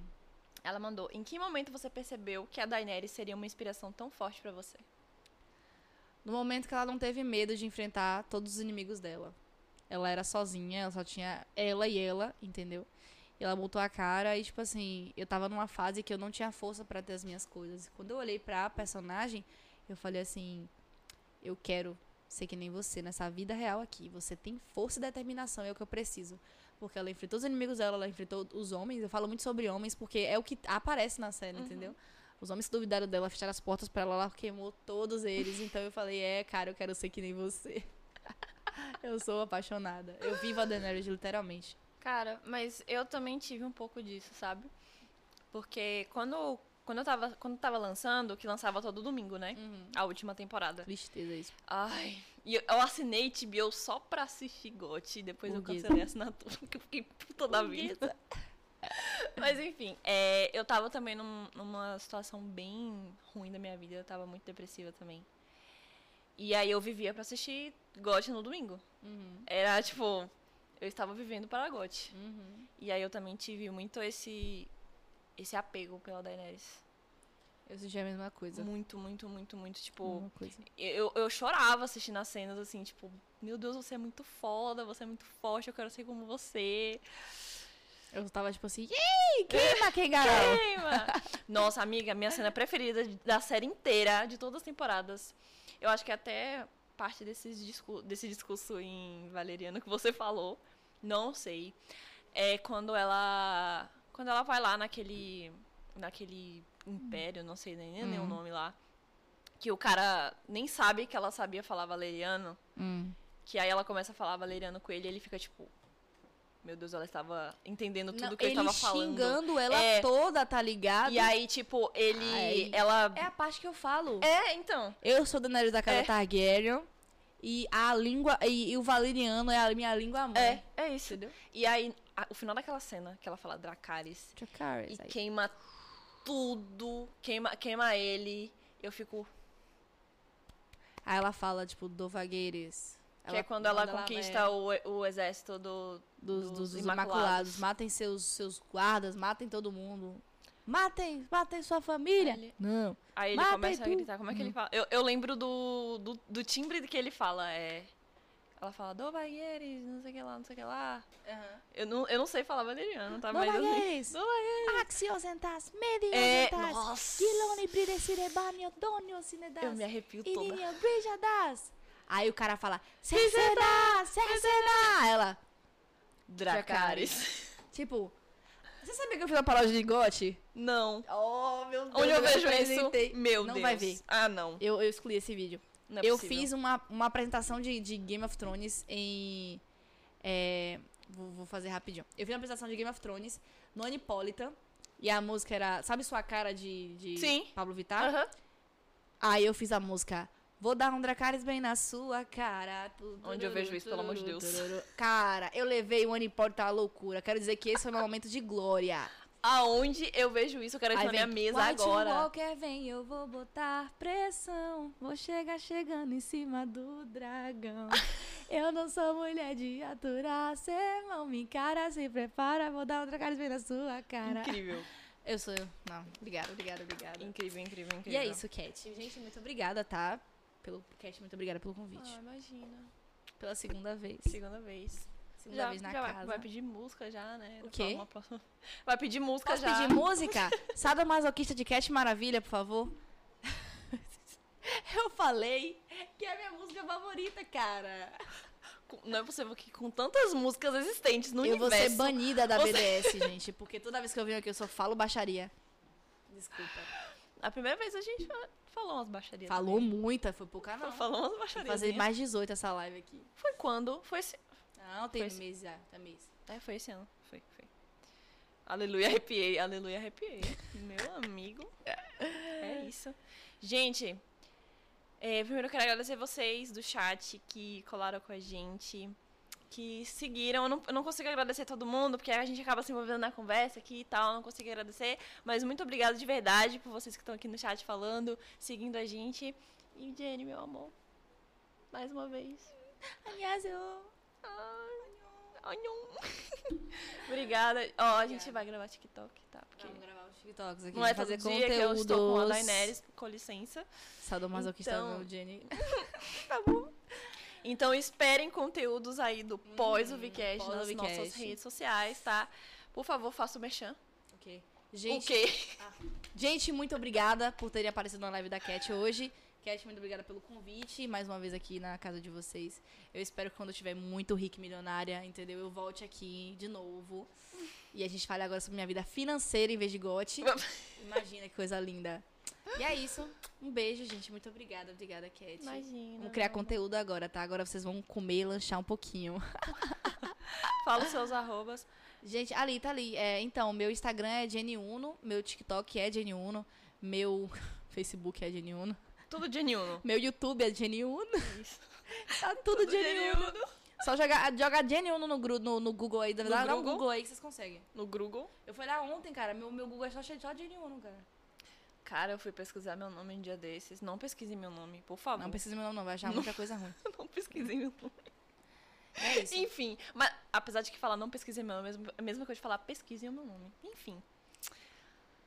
[SPEAKER 1] Ela mandou: Em que momento você percebeu que a Daenerys seria uma inspiração tão forte pra você?
[SPEAKER 2] No momento que ela não teve medo de enfrentar todos os inimigos dela. Ela era sozinha, ela só tinha ela e ela, entendeu? E ela botou a cara e, tipo assim, eu tava numa fase que eu não tinha força pra ter as minhas coisas. E Quando eu olhei pra personagem, eu falei assim: eu quero ser que nem você nessa vida real aqui. Você tem força e determinação, é o que eu preciso. Porque ela enfrentou os inimigos dela, ela enfrentou os homens. Eu falo muito sobre homens porque é o que aparece na série, entendeu? Os homens que duvidaram dela, fecharam as portas pra ela, ela queimou todos eles. Então eu falei, é, cara, eu quero ser que nem você. eu sou apaixonada. Eu vivo a Daenerys, literalmente.
[SPEAKER 1] Cara, mas eu também tive um pouco disso, sabe? Porque quando, quando, eu, tava, quando eu tava lançando, que lançava todo domingo, né? A última temporada.
[SPEAKER 2] Tristeza isso.
[SPEAKER 1] Ai, e eu, eu assinei HBO só pra assistir GOT e depois eu
[SPEAKER 2] Burguesa.
[SPEAKER 1] cancelei a assinatura, porque eu fiquei puta da vida. Mas enfim, é, eu tava também num- numa situação bem ruim da minha vida, eu tava muito depressiva também. E aí eu vivia pra assistir GOT no domingo. Era tipo, eu estava vivendo para GOT. E aí eu também tive muito esse esse apego pela Daenerys.
[SPEAKER 2] Eu senti a mesma coisa. Uhum.
[SPEAKER 1] Muito, muito, muito, muito, tipo,
[SPEAKER 2] Mesma coisa.
[SPEAKER 1] eu, eu chorava assistindo as cenas, assim, tipo, meu Deus, você é muito foda, você é muito forte, eu quero ser como você.
[SPEAKER 2] Eu tava tipo assim, ei, queima quem garoto.
[SPEAKER 1] Queima! Nossa, amiga, minha cena preferida de- da série inteira, de todas as temporadas. Eu acho que até parte desses discu- desse discurso em Valeriano que você falou, não sei. É quando ela. Quando ela vai lá naquele. naquele império, não sei nem, nem o nome lá. que o cara nem sabe que ela sabia falar valeriano.
[SPEAKER 2] Hum.
[SPEAKER 1] Que aí ela começa a falar valeriano com ele e ele fica tipo. Meu Deus, ela estava entendendo tudo
[SPEAKER 2] Não,
[SPEAKER 1] que eu
[SPEAKER 2] ele
[SPEAKER 1] estava falando.
[SPEAKER 2] xingando ela
[SPEAKER 1] É.
[SPEAKER 2] toda, tá ligado?
[SPEAKER 1] E aí, tipo, ele.
[SPEAKER 2] Ai.
[SPEAKER 1] Ela.
[SPEAKER 2] É a parte que eu falo.
[SPEAKER 1] É, então.
[SPEAKER 2] Eu sou Daenerys da casa
[SPEAKER 1] É.
[SPEAKER 2] Targaryen. E a língua. E, e o valeriano é a minha língua
[SPEAKER 1] É,
[SPEAKER 2] mãe.
[SPEAKER 1] é isso.
[SPEAKER 2] Entendeu?
[SPEAKER 1] E aí, a- o final daquela cena que ela fala Dracarys e
[SPEAKER 2] Dracarys, aí.
[SPEAKER 1] queima tudo, queima, queima ele. Eu fico.
[SPEAKER 2] Aí ela fala, tipo, Dovagueires.
[SPEAKER 1] Que é quando ela conquista
[SPEAKER 2] né?
[SPEAKER 1] o, o exército do.
[SPEAKER 2] dos,
[SPEAKER 1] dos
[SPEAKER 2] dos, dos
[SPEAKER 1] Imaculados.
[SPEAKER 2] imaculados. Matem seus, seus guardas, matem todo mundo. Matem, matem sua família.
[SPEAKER 1] Ele-
[SPEAKER 2] Não.
[SPEAKER 1] Aí ele
[SPEAKER 2] Matem
[SPEAKER 1] começa a
[SPEAKER 2] tudo.
[SPEAKER 1] gritar. Como é que ele fala? Eu, eu lembro do, do, do timbre que ele fala. É. Ela fala, do Baieres, não sei o que lá, não sei o que lá. Eu, não, eu não sei falar valeriano, tá? Mas eu sei.
[SPEAKER 2] Dovagueires. Axiosentas,
[SPEAKER 1] É,
[SPEAKER 2] mediosentas.
[SPEAKER 1] nossa.
[SPEAKER 2] Quilone pridecidebani odonio
[SPEAKER 1] Eu
[SPEAKER 2] sinedas.
[SPEAKER 1] me arrepio toda.
[SPEAKER 2] Ininio brijadas. Aí o cara fala, Cercedá, Cercedá. Ela,
[SPEAKER 1] Dracarys.
[SPEAKER 2] tipo... Você sabia que eu fiz uma paródia de gote?
[SPEAKER 1] Não.
[SPEAKER 2] Oh, meu
[SPEAKER 1] Onde eu vejo
[SPEAKER 2] apresentei.
[SPEAKER 1] isso? Meu
[SPEAKER 2] Não
[SPEAKER 1] Deus.
[SPEAKER 2] vai ver.
[SPEAKER 1] Ah, não.
[SPEAKER 2] Eu, eu excluí esse vídeo.
[SPEAKER 1] Não é
[SPEAKER 2] eu
[SPEAKER 1] possível.
[SPEAKER 2] fiz uma, uma apresentação de, de Game of Thrones em. é, vou, vou fazer rapidinho. Eu fiz uma apresentação de Game of Thrones no Anipolitan. E a música era. Sabe sua cara de, de
[SPEAKER 1] Sim.
[SPEAKER 2] Pablo Vittar?
[SPEAKER 1] Aham.
[SPEAKER 2] Aí eu fiz a música. Vou dar um Dracarys bem na sua cara. Tu-
[SPEAKER 1] Onde eu vejo isso, pelo amor de Deus.
[SPEAKER 2] tururu. Cara, eu levei o Anipolitan à loucura. Quero dizer que esse foi meu momento de glória.
[SPEAKER 1] Aonde eu vejo isso, eu quero
[SPEAKER 2] Aí
[SPEAKER 1] estar na minha
[SPEAKER 2] vem,
[SPEAKER 1] mesa
[SPEAKER 2] White
[SPEAKER 1] agora.
[SPEAKER 2] Walker vem, eu vou botar pressão. Vou chegar chegando em cima do dragão. eu não sou mulher de aturar. Sermão, me encara, se prepara. Vou dar outra cara bem na sua cara.
[SPEAKER 1] Incrível.
[SPEAKER 2] Eu sou eu. Não, obrigada, obrigada, obrigada.
[SPEAKER 1] Incrível, incrível, incrível.
[SPEAKER 2] E é isso, Cat. Gente, muito obrigada, tá? Pelo Cat, muito obrigada pelo convite.
[SPEAKER 1] Ah, imagina.
[SPEAKER 2] Pela segunda vez.
[SPEAKER 1] Segunda vez.
[SPEAKER 2] Segunda vez na
[SPEAKER 1] já vai-
[SPEAKER 2] casa.
[SPEAKER 1] Vai, pedir música já, né?
[SPEAKER 2] O quê?
[SPEAKER 1] Uma próxima- Vai pedir música
[SPEAKER 2] Posso
[SPEAKER 1] já.
[SPEAKER 2] pedir música? Sada masoquista de Cat Maravilha, por favor. Eu falei que é a minha música favorita, cara.
[SPEAKER 1] Não é possível que com tantas músicas existentes no
[SPEAKER 2] eu vou
[SPEAKER 1] universo...
[SPEAKER 2] ser banida da
[SPEAKER 1] Você-
[SPEAKER 2] BDS, gente, porque toda vez que eu venho aqui eu só falo baixaria. Desculpa.
[SPEAKER 1] A primeira vez a gente fa- falou umas baixarias.
[SPEAKER 2] Falou muita, foi pro canal.
[SPEAKER 1] também. Falou umas
[SPEAKER 2] Vou
[SPEAKER 1] baixarias.
[SPEAKER 2] fazer
[SPEAKER 1] né?
[SPEAKER 2] mais 18 essa live aqui.
[SPEAKER 1] Foi quando? Foi esse...
[SPEAKER 2] Não, tem
[SPEAKER 1] Foi sim.
[SPEAKER 2] mês já, tá mês.
[SPEAKER 1] É, foi esse ano. Foi, foi. Aleluia, arrepiei, aleluia, arrepiei. Meu amigo. É isso. Gente, é, primeiro eu quero agradecer vocês do chat que colaram com a gente, que seguiram. Eu não, eu não consigo agradecer todo mundo, porque a gente acaba se envolvendo na conversa aqui e tal, não consigo agradecer. Mas muito obrigada de verdade por vocês que estão aqui no chat falando, seguindo a gente. E Jenny, meu amor, mais uma vez.
[SPEAKER 2] Annyeonghaseyo.
[SPEAKER 1] Ai, não. Obrigada. Ó, a gente vai gravar TikTok, tá? Porque
[SPEAKER 2] Vamos gravar os TikToks aqui,
[SPEAKER 1] não é todo
[SPEAKER 2] fazer
[SPEAKER 1] dia
[SPEAKER 2] conteúdo.
[SPEAKER 1] que eu estou com a Daenerys, com licença.
[SPEAKER 2] Sadomasoquista
[SPEAKER 1] Então-
[SPEAKER 2] meu Jenny.
[SPEAKER 1] Então esperem conteúdos aí do Hum, pós o Vcast
[SPEAKER 2] pós o
[SPEAKER 1] nas nossas
[SPEAKER 2] Vcast.
[SPEAKER 1] redes sociais, tá? Por favor, faça o merchan.
[SPEAKER 2] Ok. Gente,
[SPEAKER 1] O quê?
[SPEAKER 2] Gente, muito obrigada por terem aparecido na live da Cat hoje. Cat, muito obrigada pelo convite, mais uma vez aqui na casa de vocês. Eu espero que quando eu estiver muito rica e milionária, entendeu? Eu volte aqui de novo. E a gente fale agora sobre minha vida financeira em vez de gote. Imagina que coisa linda. E é isso. Um beijo, gente. Muito obrigada. Obrigada, Cat.
[SPEAKER 1] Imagina.
[SPEAKER 2] Vamos criar conteúdo agora, tá? Agora vocês vão comer e lanchar um pouquinho.
[SPEAKER 1] Fala os seus arrobas.
[SPEAKER 2] Gente, ali, tá ali. É, então, meu Instagram é Jenny Uno, meu TikTok é Jenny Uno, meu Facebook é Jenny Uno,
[SPEAKER 1] Tudo de Nuno.
[SPEAKER 2] meu YouTube é Jenny Uno.
[SPEAKER 1] Isso.
[SPEAKER 2] Tá tudo, Jenny Uno.
[SPEAKER 1] Uno.
[SPEAKER 2] Só jogar joga Jenny Uno no, gru- no, no Google aí.
[SPEAKER 1] No
[SPEAKER 2] dá dá um
[SPEAKER 1] Google?
[SPEAKER 2] Google aí que vocês conseguem.
[SPEAKER 1] No Google.
[SPEAKER 2] Eu fui lá ontem, cara. Meu, meu Google é só cheio de só Jenny Uno, cara.
[SPEAKER 1] Cara, eu fui pesquisar meu nome um dia desses. Não pesquisem meu nome, por favor.
[SPEAKER 2] Não precisa meu nome, não. Vai achar muita coisa ruim.
[SPEAKER 1] não pesquisem meu nome.
[SPEAKER 2] É isso.
[SPEAKER 1] Enfim, mas apesar de que falar não pesquisem meu nome, é a mesma coisa de falar pesquisem o meu nome. Enfim.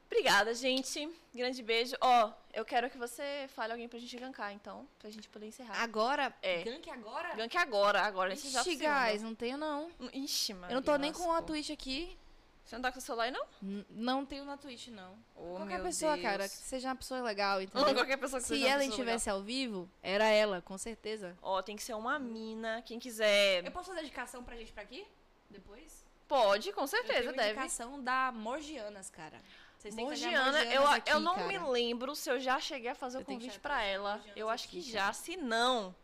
[SPEAKER 1] Obrigada, gente. Grande beijo. Ó, eu quero que você fale alguém pra gente gankar, então, pra gente poder encerrar.
[SPEAKER 2] Agora.
[SPEAKER 1] É.
[SPEAKER 2] Gank agora?
[SPEAKER 1] Gank agora, agora, nesse exato
[SPEAKER 2] Ixi,
[SPEAKER 1] segundo. Hum,
[SPEAKER 2] guys, não tenho não.
[SPEAKER 1] Ixi, mano.
[SPEAKER 2] Eu não tô nem com a Twitch aqui.
[SPEAKER 1] Você não tá com o celular, aí, não?
[SPEAKER 2] N- não tenho na Twitch, não.
[SPEAKER 1] Oh,
[SPEAKER 2] Qualquer
[SPEAKER 1] meu
[SPEAKER 2] pessoa,
[SPEAKER 1] Deus.
[SPEAKER 2] cara, que seja uma pessoa legal,
[SPEAKER 1] Não,
[SPEAKER 2] entendeu?
[SPEAKER 1] qualquer pessoa que
[SPEAKER 2] Se
[SPEAKER 1] seja uma
[SPEAKER 2] ela
[SPEAKER 1] pessoa legal.
[SPEAKER 2] estivesse ao vivo, era ela, com certeza.
[SPEAKER 1] Ó, tem que ser uma mina. Quem quiser.
[SPEAKER 2] Eu posso fazer dedicação pra gente pra aqui? Depois?
[SPEAKER 1] Pode, com
[SPEAKER 2] Eu tenho
[SPEAKER 1] certeza,
[SPEAKER 2] uma
[SPEAKER 1] deve.
[SPEAKER 2] indicação da Morgianas, cara. Vocês têm que fazer a
[SPEAKER 1] Morgiana, eu,
[SPEAKER 2] Morgianas
[SPEAKER 1] eu
[SPEAKER 2] aqui,
[SPEAKER 1] não
[SPEAKER 2] cara.
[SPEAKER 1] me lembro se eu já cheguei a fazer
[SPEAKER 2] Eu
[SPEAKER 1] o
[SPEAKER 2] tenho que
[SPEAKER 1] convite
[SPEAKER 2] chegar
[SPEAKER 1] pra ela.
[SPEAKER 2] Morgianas
[SPEAKER 1] Eu acho que
[SPEAKER 2] aqui,
[SPEAKER 1] já. Se não,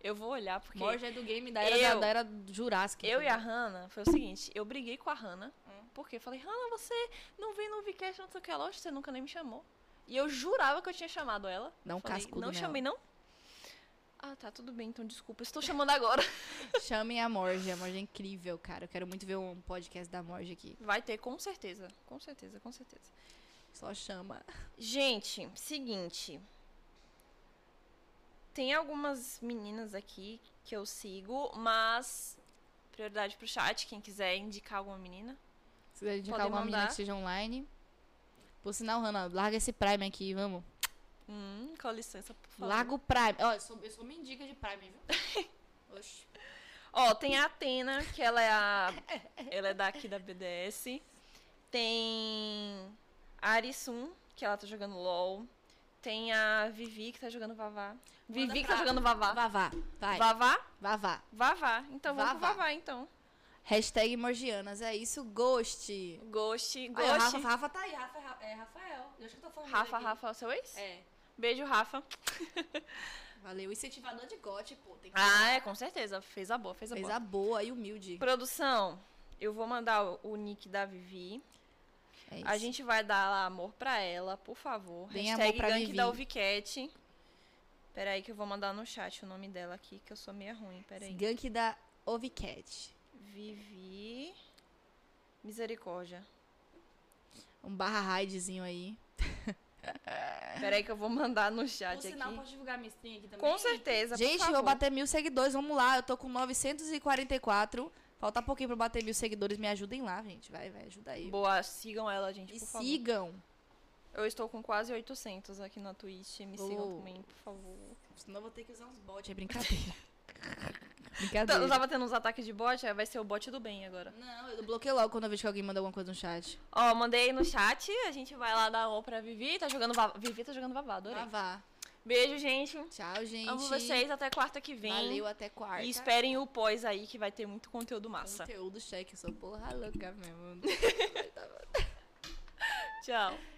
[SPEAKER 1] eu vou olhar, porque
[SPEAKER 2] Morja é do game da era,
[SPEAKER 1] Eu-
[SPEAKER 2] da, da era Jurássica.
[SPEAKER 1] eu e a
[SPEAKER 2] entendeu?
[SPEAKER 1] Hannah foi o seguinte: eu briguei com a Hannah,
[SPEAKER 2] Hum.
[SPEAKER 1] porque eu falei, Hannah, você não vem no Vcast, não sei o que lá, hoje você nunca nem me chamou. E eu jurava que eu tinha chamado ela.
[SPEAKER 2] Dá um
[SPEAKER 1] Falei,
[SPEAKER 2] cascudo
[SPEAKER 1] Não
[SPEAKER 2] nela.
[SPEAKER 1] chamei, não? Ah, tá, tudo bem, então desculpa. Estou chamando agora.
[SPEAKER 2] Chamem a Morja. A Morja é incrível, cara. Eu quero muito ver um podcast da Morja aqui.
[SPEAKER 1] Vai ter, com certeza. Com certeza, com certeza.
[SPEAKER 2] Só chama.
[SPEAKER 1] Gente, seguinte. Tem algumas meninas aqui que eu sigo, mas prioridade pro chat, quem quiser indicar alguma menina.
[SPEAKER 2] Se quiser indicar
[SPEAKER 1] Podem
[SPEAKER 2] alguma menina
[SPEAKER 1] mandar.
[SPEAKER 2] que esteja online. Por sinal, Hannah, larga esse Prime aqui, vamos.
[SPEAKER 1] Hum, com licença, por favor.
[SPEAKER 2] Larga o Prime. Ó, eu sou, eu sou mendiga de Prime, viu? Oxi.
[SPEAKER 1] Ó, tem a Atena, que ela é a ela é daqui da BDS. Tem a Arisun, que ela tá jogando LoL. Tem a Vivi que tá jogando Vavá. Vivi que tá
[SPEAKER 2] pra-
[SPEAKER 1] jogando Vavá.
[SPEAKER 2] Vavá, vai.
[SPEAKER 1] Vavá?
[SPEAKER 2] Vavá.
[SPEAKER 1] Vavá. Então vamos pro
[SPEAKER 2] Vavá.
[SPEAKER 1] Vavá então.
[SPEAKER 2] Hashtag Morgianas, é isso, Ghost.
[SPEAKER 1] Ghost,
[SPEAKER 2] Aí, ó, Rafa,
[SPEAKER 1] Ghost.
[SPEAKER 2] Rafa tá aí, Rafa, é Ra- é Rafael. Eu acho que eu tô falando dele
[SPEAKER 1] Rafa,
[SPEAKER 2] aqui.
[SPEAKER 1] Rafa, é o seu ex?
[SPEAKER 2] É,
[SPEAKER 1] Beijo, Rafa.
[SPEAKER 2] valeu. Incentivador de gote, pô. Tem que
[SPEAKER 1] Ah, é, com certeza. Fez a boa, fez a
[SPEAKER 2] Fez
[SPEAKER 1] boa.
[SPEAKER 2] a boa e humilde.
[SPEAKER 1] Produção, eu vou mandar o, o nick da Vivi.
[SPEAKER 2] É
[SPEAKER 1] A gente vai dar lá amor pra ela, por favor.
[SPEAKER 2] Deem
[SPEAKER 1] Hashtag
[SPEAKER 2] amor pra
[SPEAKER 1] gank
[SPEAKER 2] Vivi.
[SPEAKER 1] da Uvicat. Peraí que eu vou mandar no chat o nome dela aqui, que eu sou meia ruim. Peraí.
[SPEAKER 2] Gank da Ovicat.
[SPEAKER 1] Vivi... Misericórdia.
[SPEAKER 2] Um barra raidzinho aí.
[SPEAKER 1] Peraí que eu vou mandar no chat Tá aqui.
[SPEAKER 2] divulgar minha stream aqui
[SPEAKER 1] Com certeza, por
[SPEAKER 2] Gente, eu
[SPEAKER 1] favor.
[SPEAKER 2] vou bater mil seguidores, vamos lá. Eu tô com 944. Falta pouquinho pra eu bater mil seguidores. Me ajudem lá, gente. Vai, vai, ajuda aí.
[SPEAKER 1] Boa, sigam ela, gente,
[SPEAKER 2] e
[SPEAKER 1] por favor.
[SPEAKER 2] sigam.
[SPEAKER 1] Eu estou com quase 800 aqui na Twitch. Me sigam
[SPEAKER 2] Oh.
[SPEAKER 1] também, por favor.
[SPEAKER 2] Senão eu vou ter que usar uns bots, é brincadeira.
[SPEAKER 1] Tá-
[SPEAKER 2] brincadeira.
[SPEAKER 1] Eu tava tendo uns ataques de bot, aí vai ser o bot do bem agora.
[SPEAKER 2] Não, eu bloqueio logo quando eu vejo que alguém manda alguma coisa no chat.
[SPEAKER 1] Ó, mandei no chat, a gente vai lá dar o pra Vivi, tá jogando vavá. Vivi tá jogando vavá, adorei.
[SPEAKER 2] Ah, vá.
[SPEAKER 1] Beijo, gente.
[SPEAKER 2] Tchau, gente.
[SPEAKER 1] Amo vocês, até quarta que vem.
[SPEAKER 2] Valeu, até quarta.
[SPEAKER 1] E esperem o pós aí, que vai ter muito conteúdo massa.
[SPEAKER 2] Conteúdo cheque, eu sou porra louca mesmo.
[SPEAKER 1] Tchau.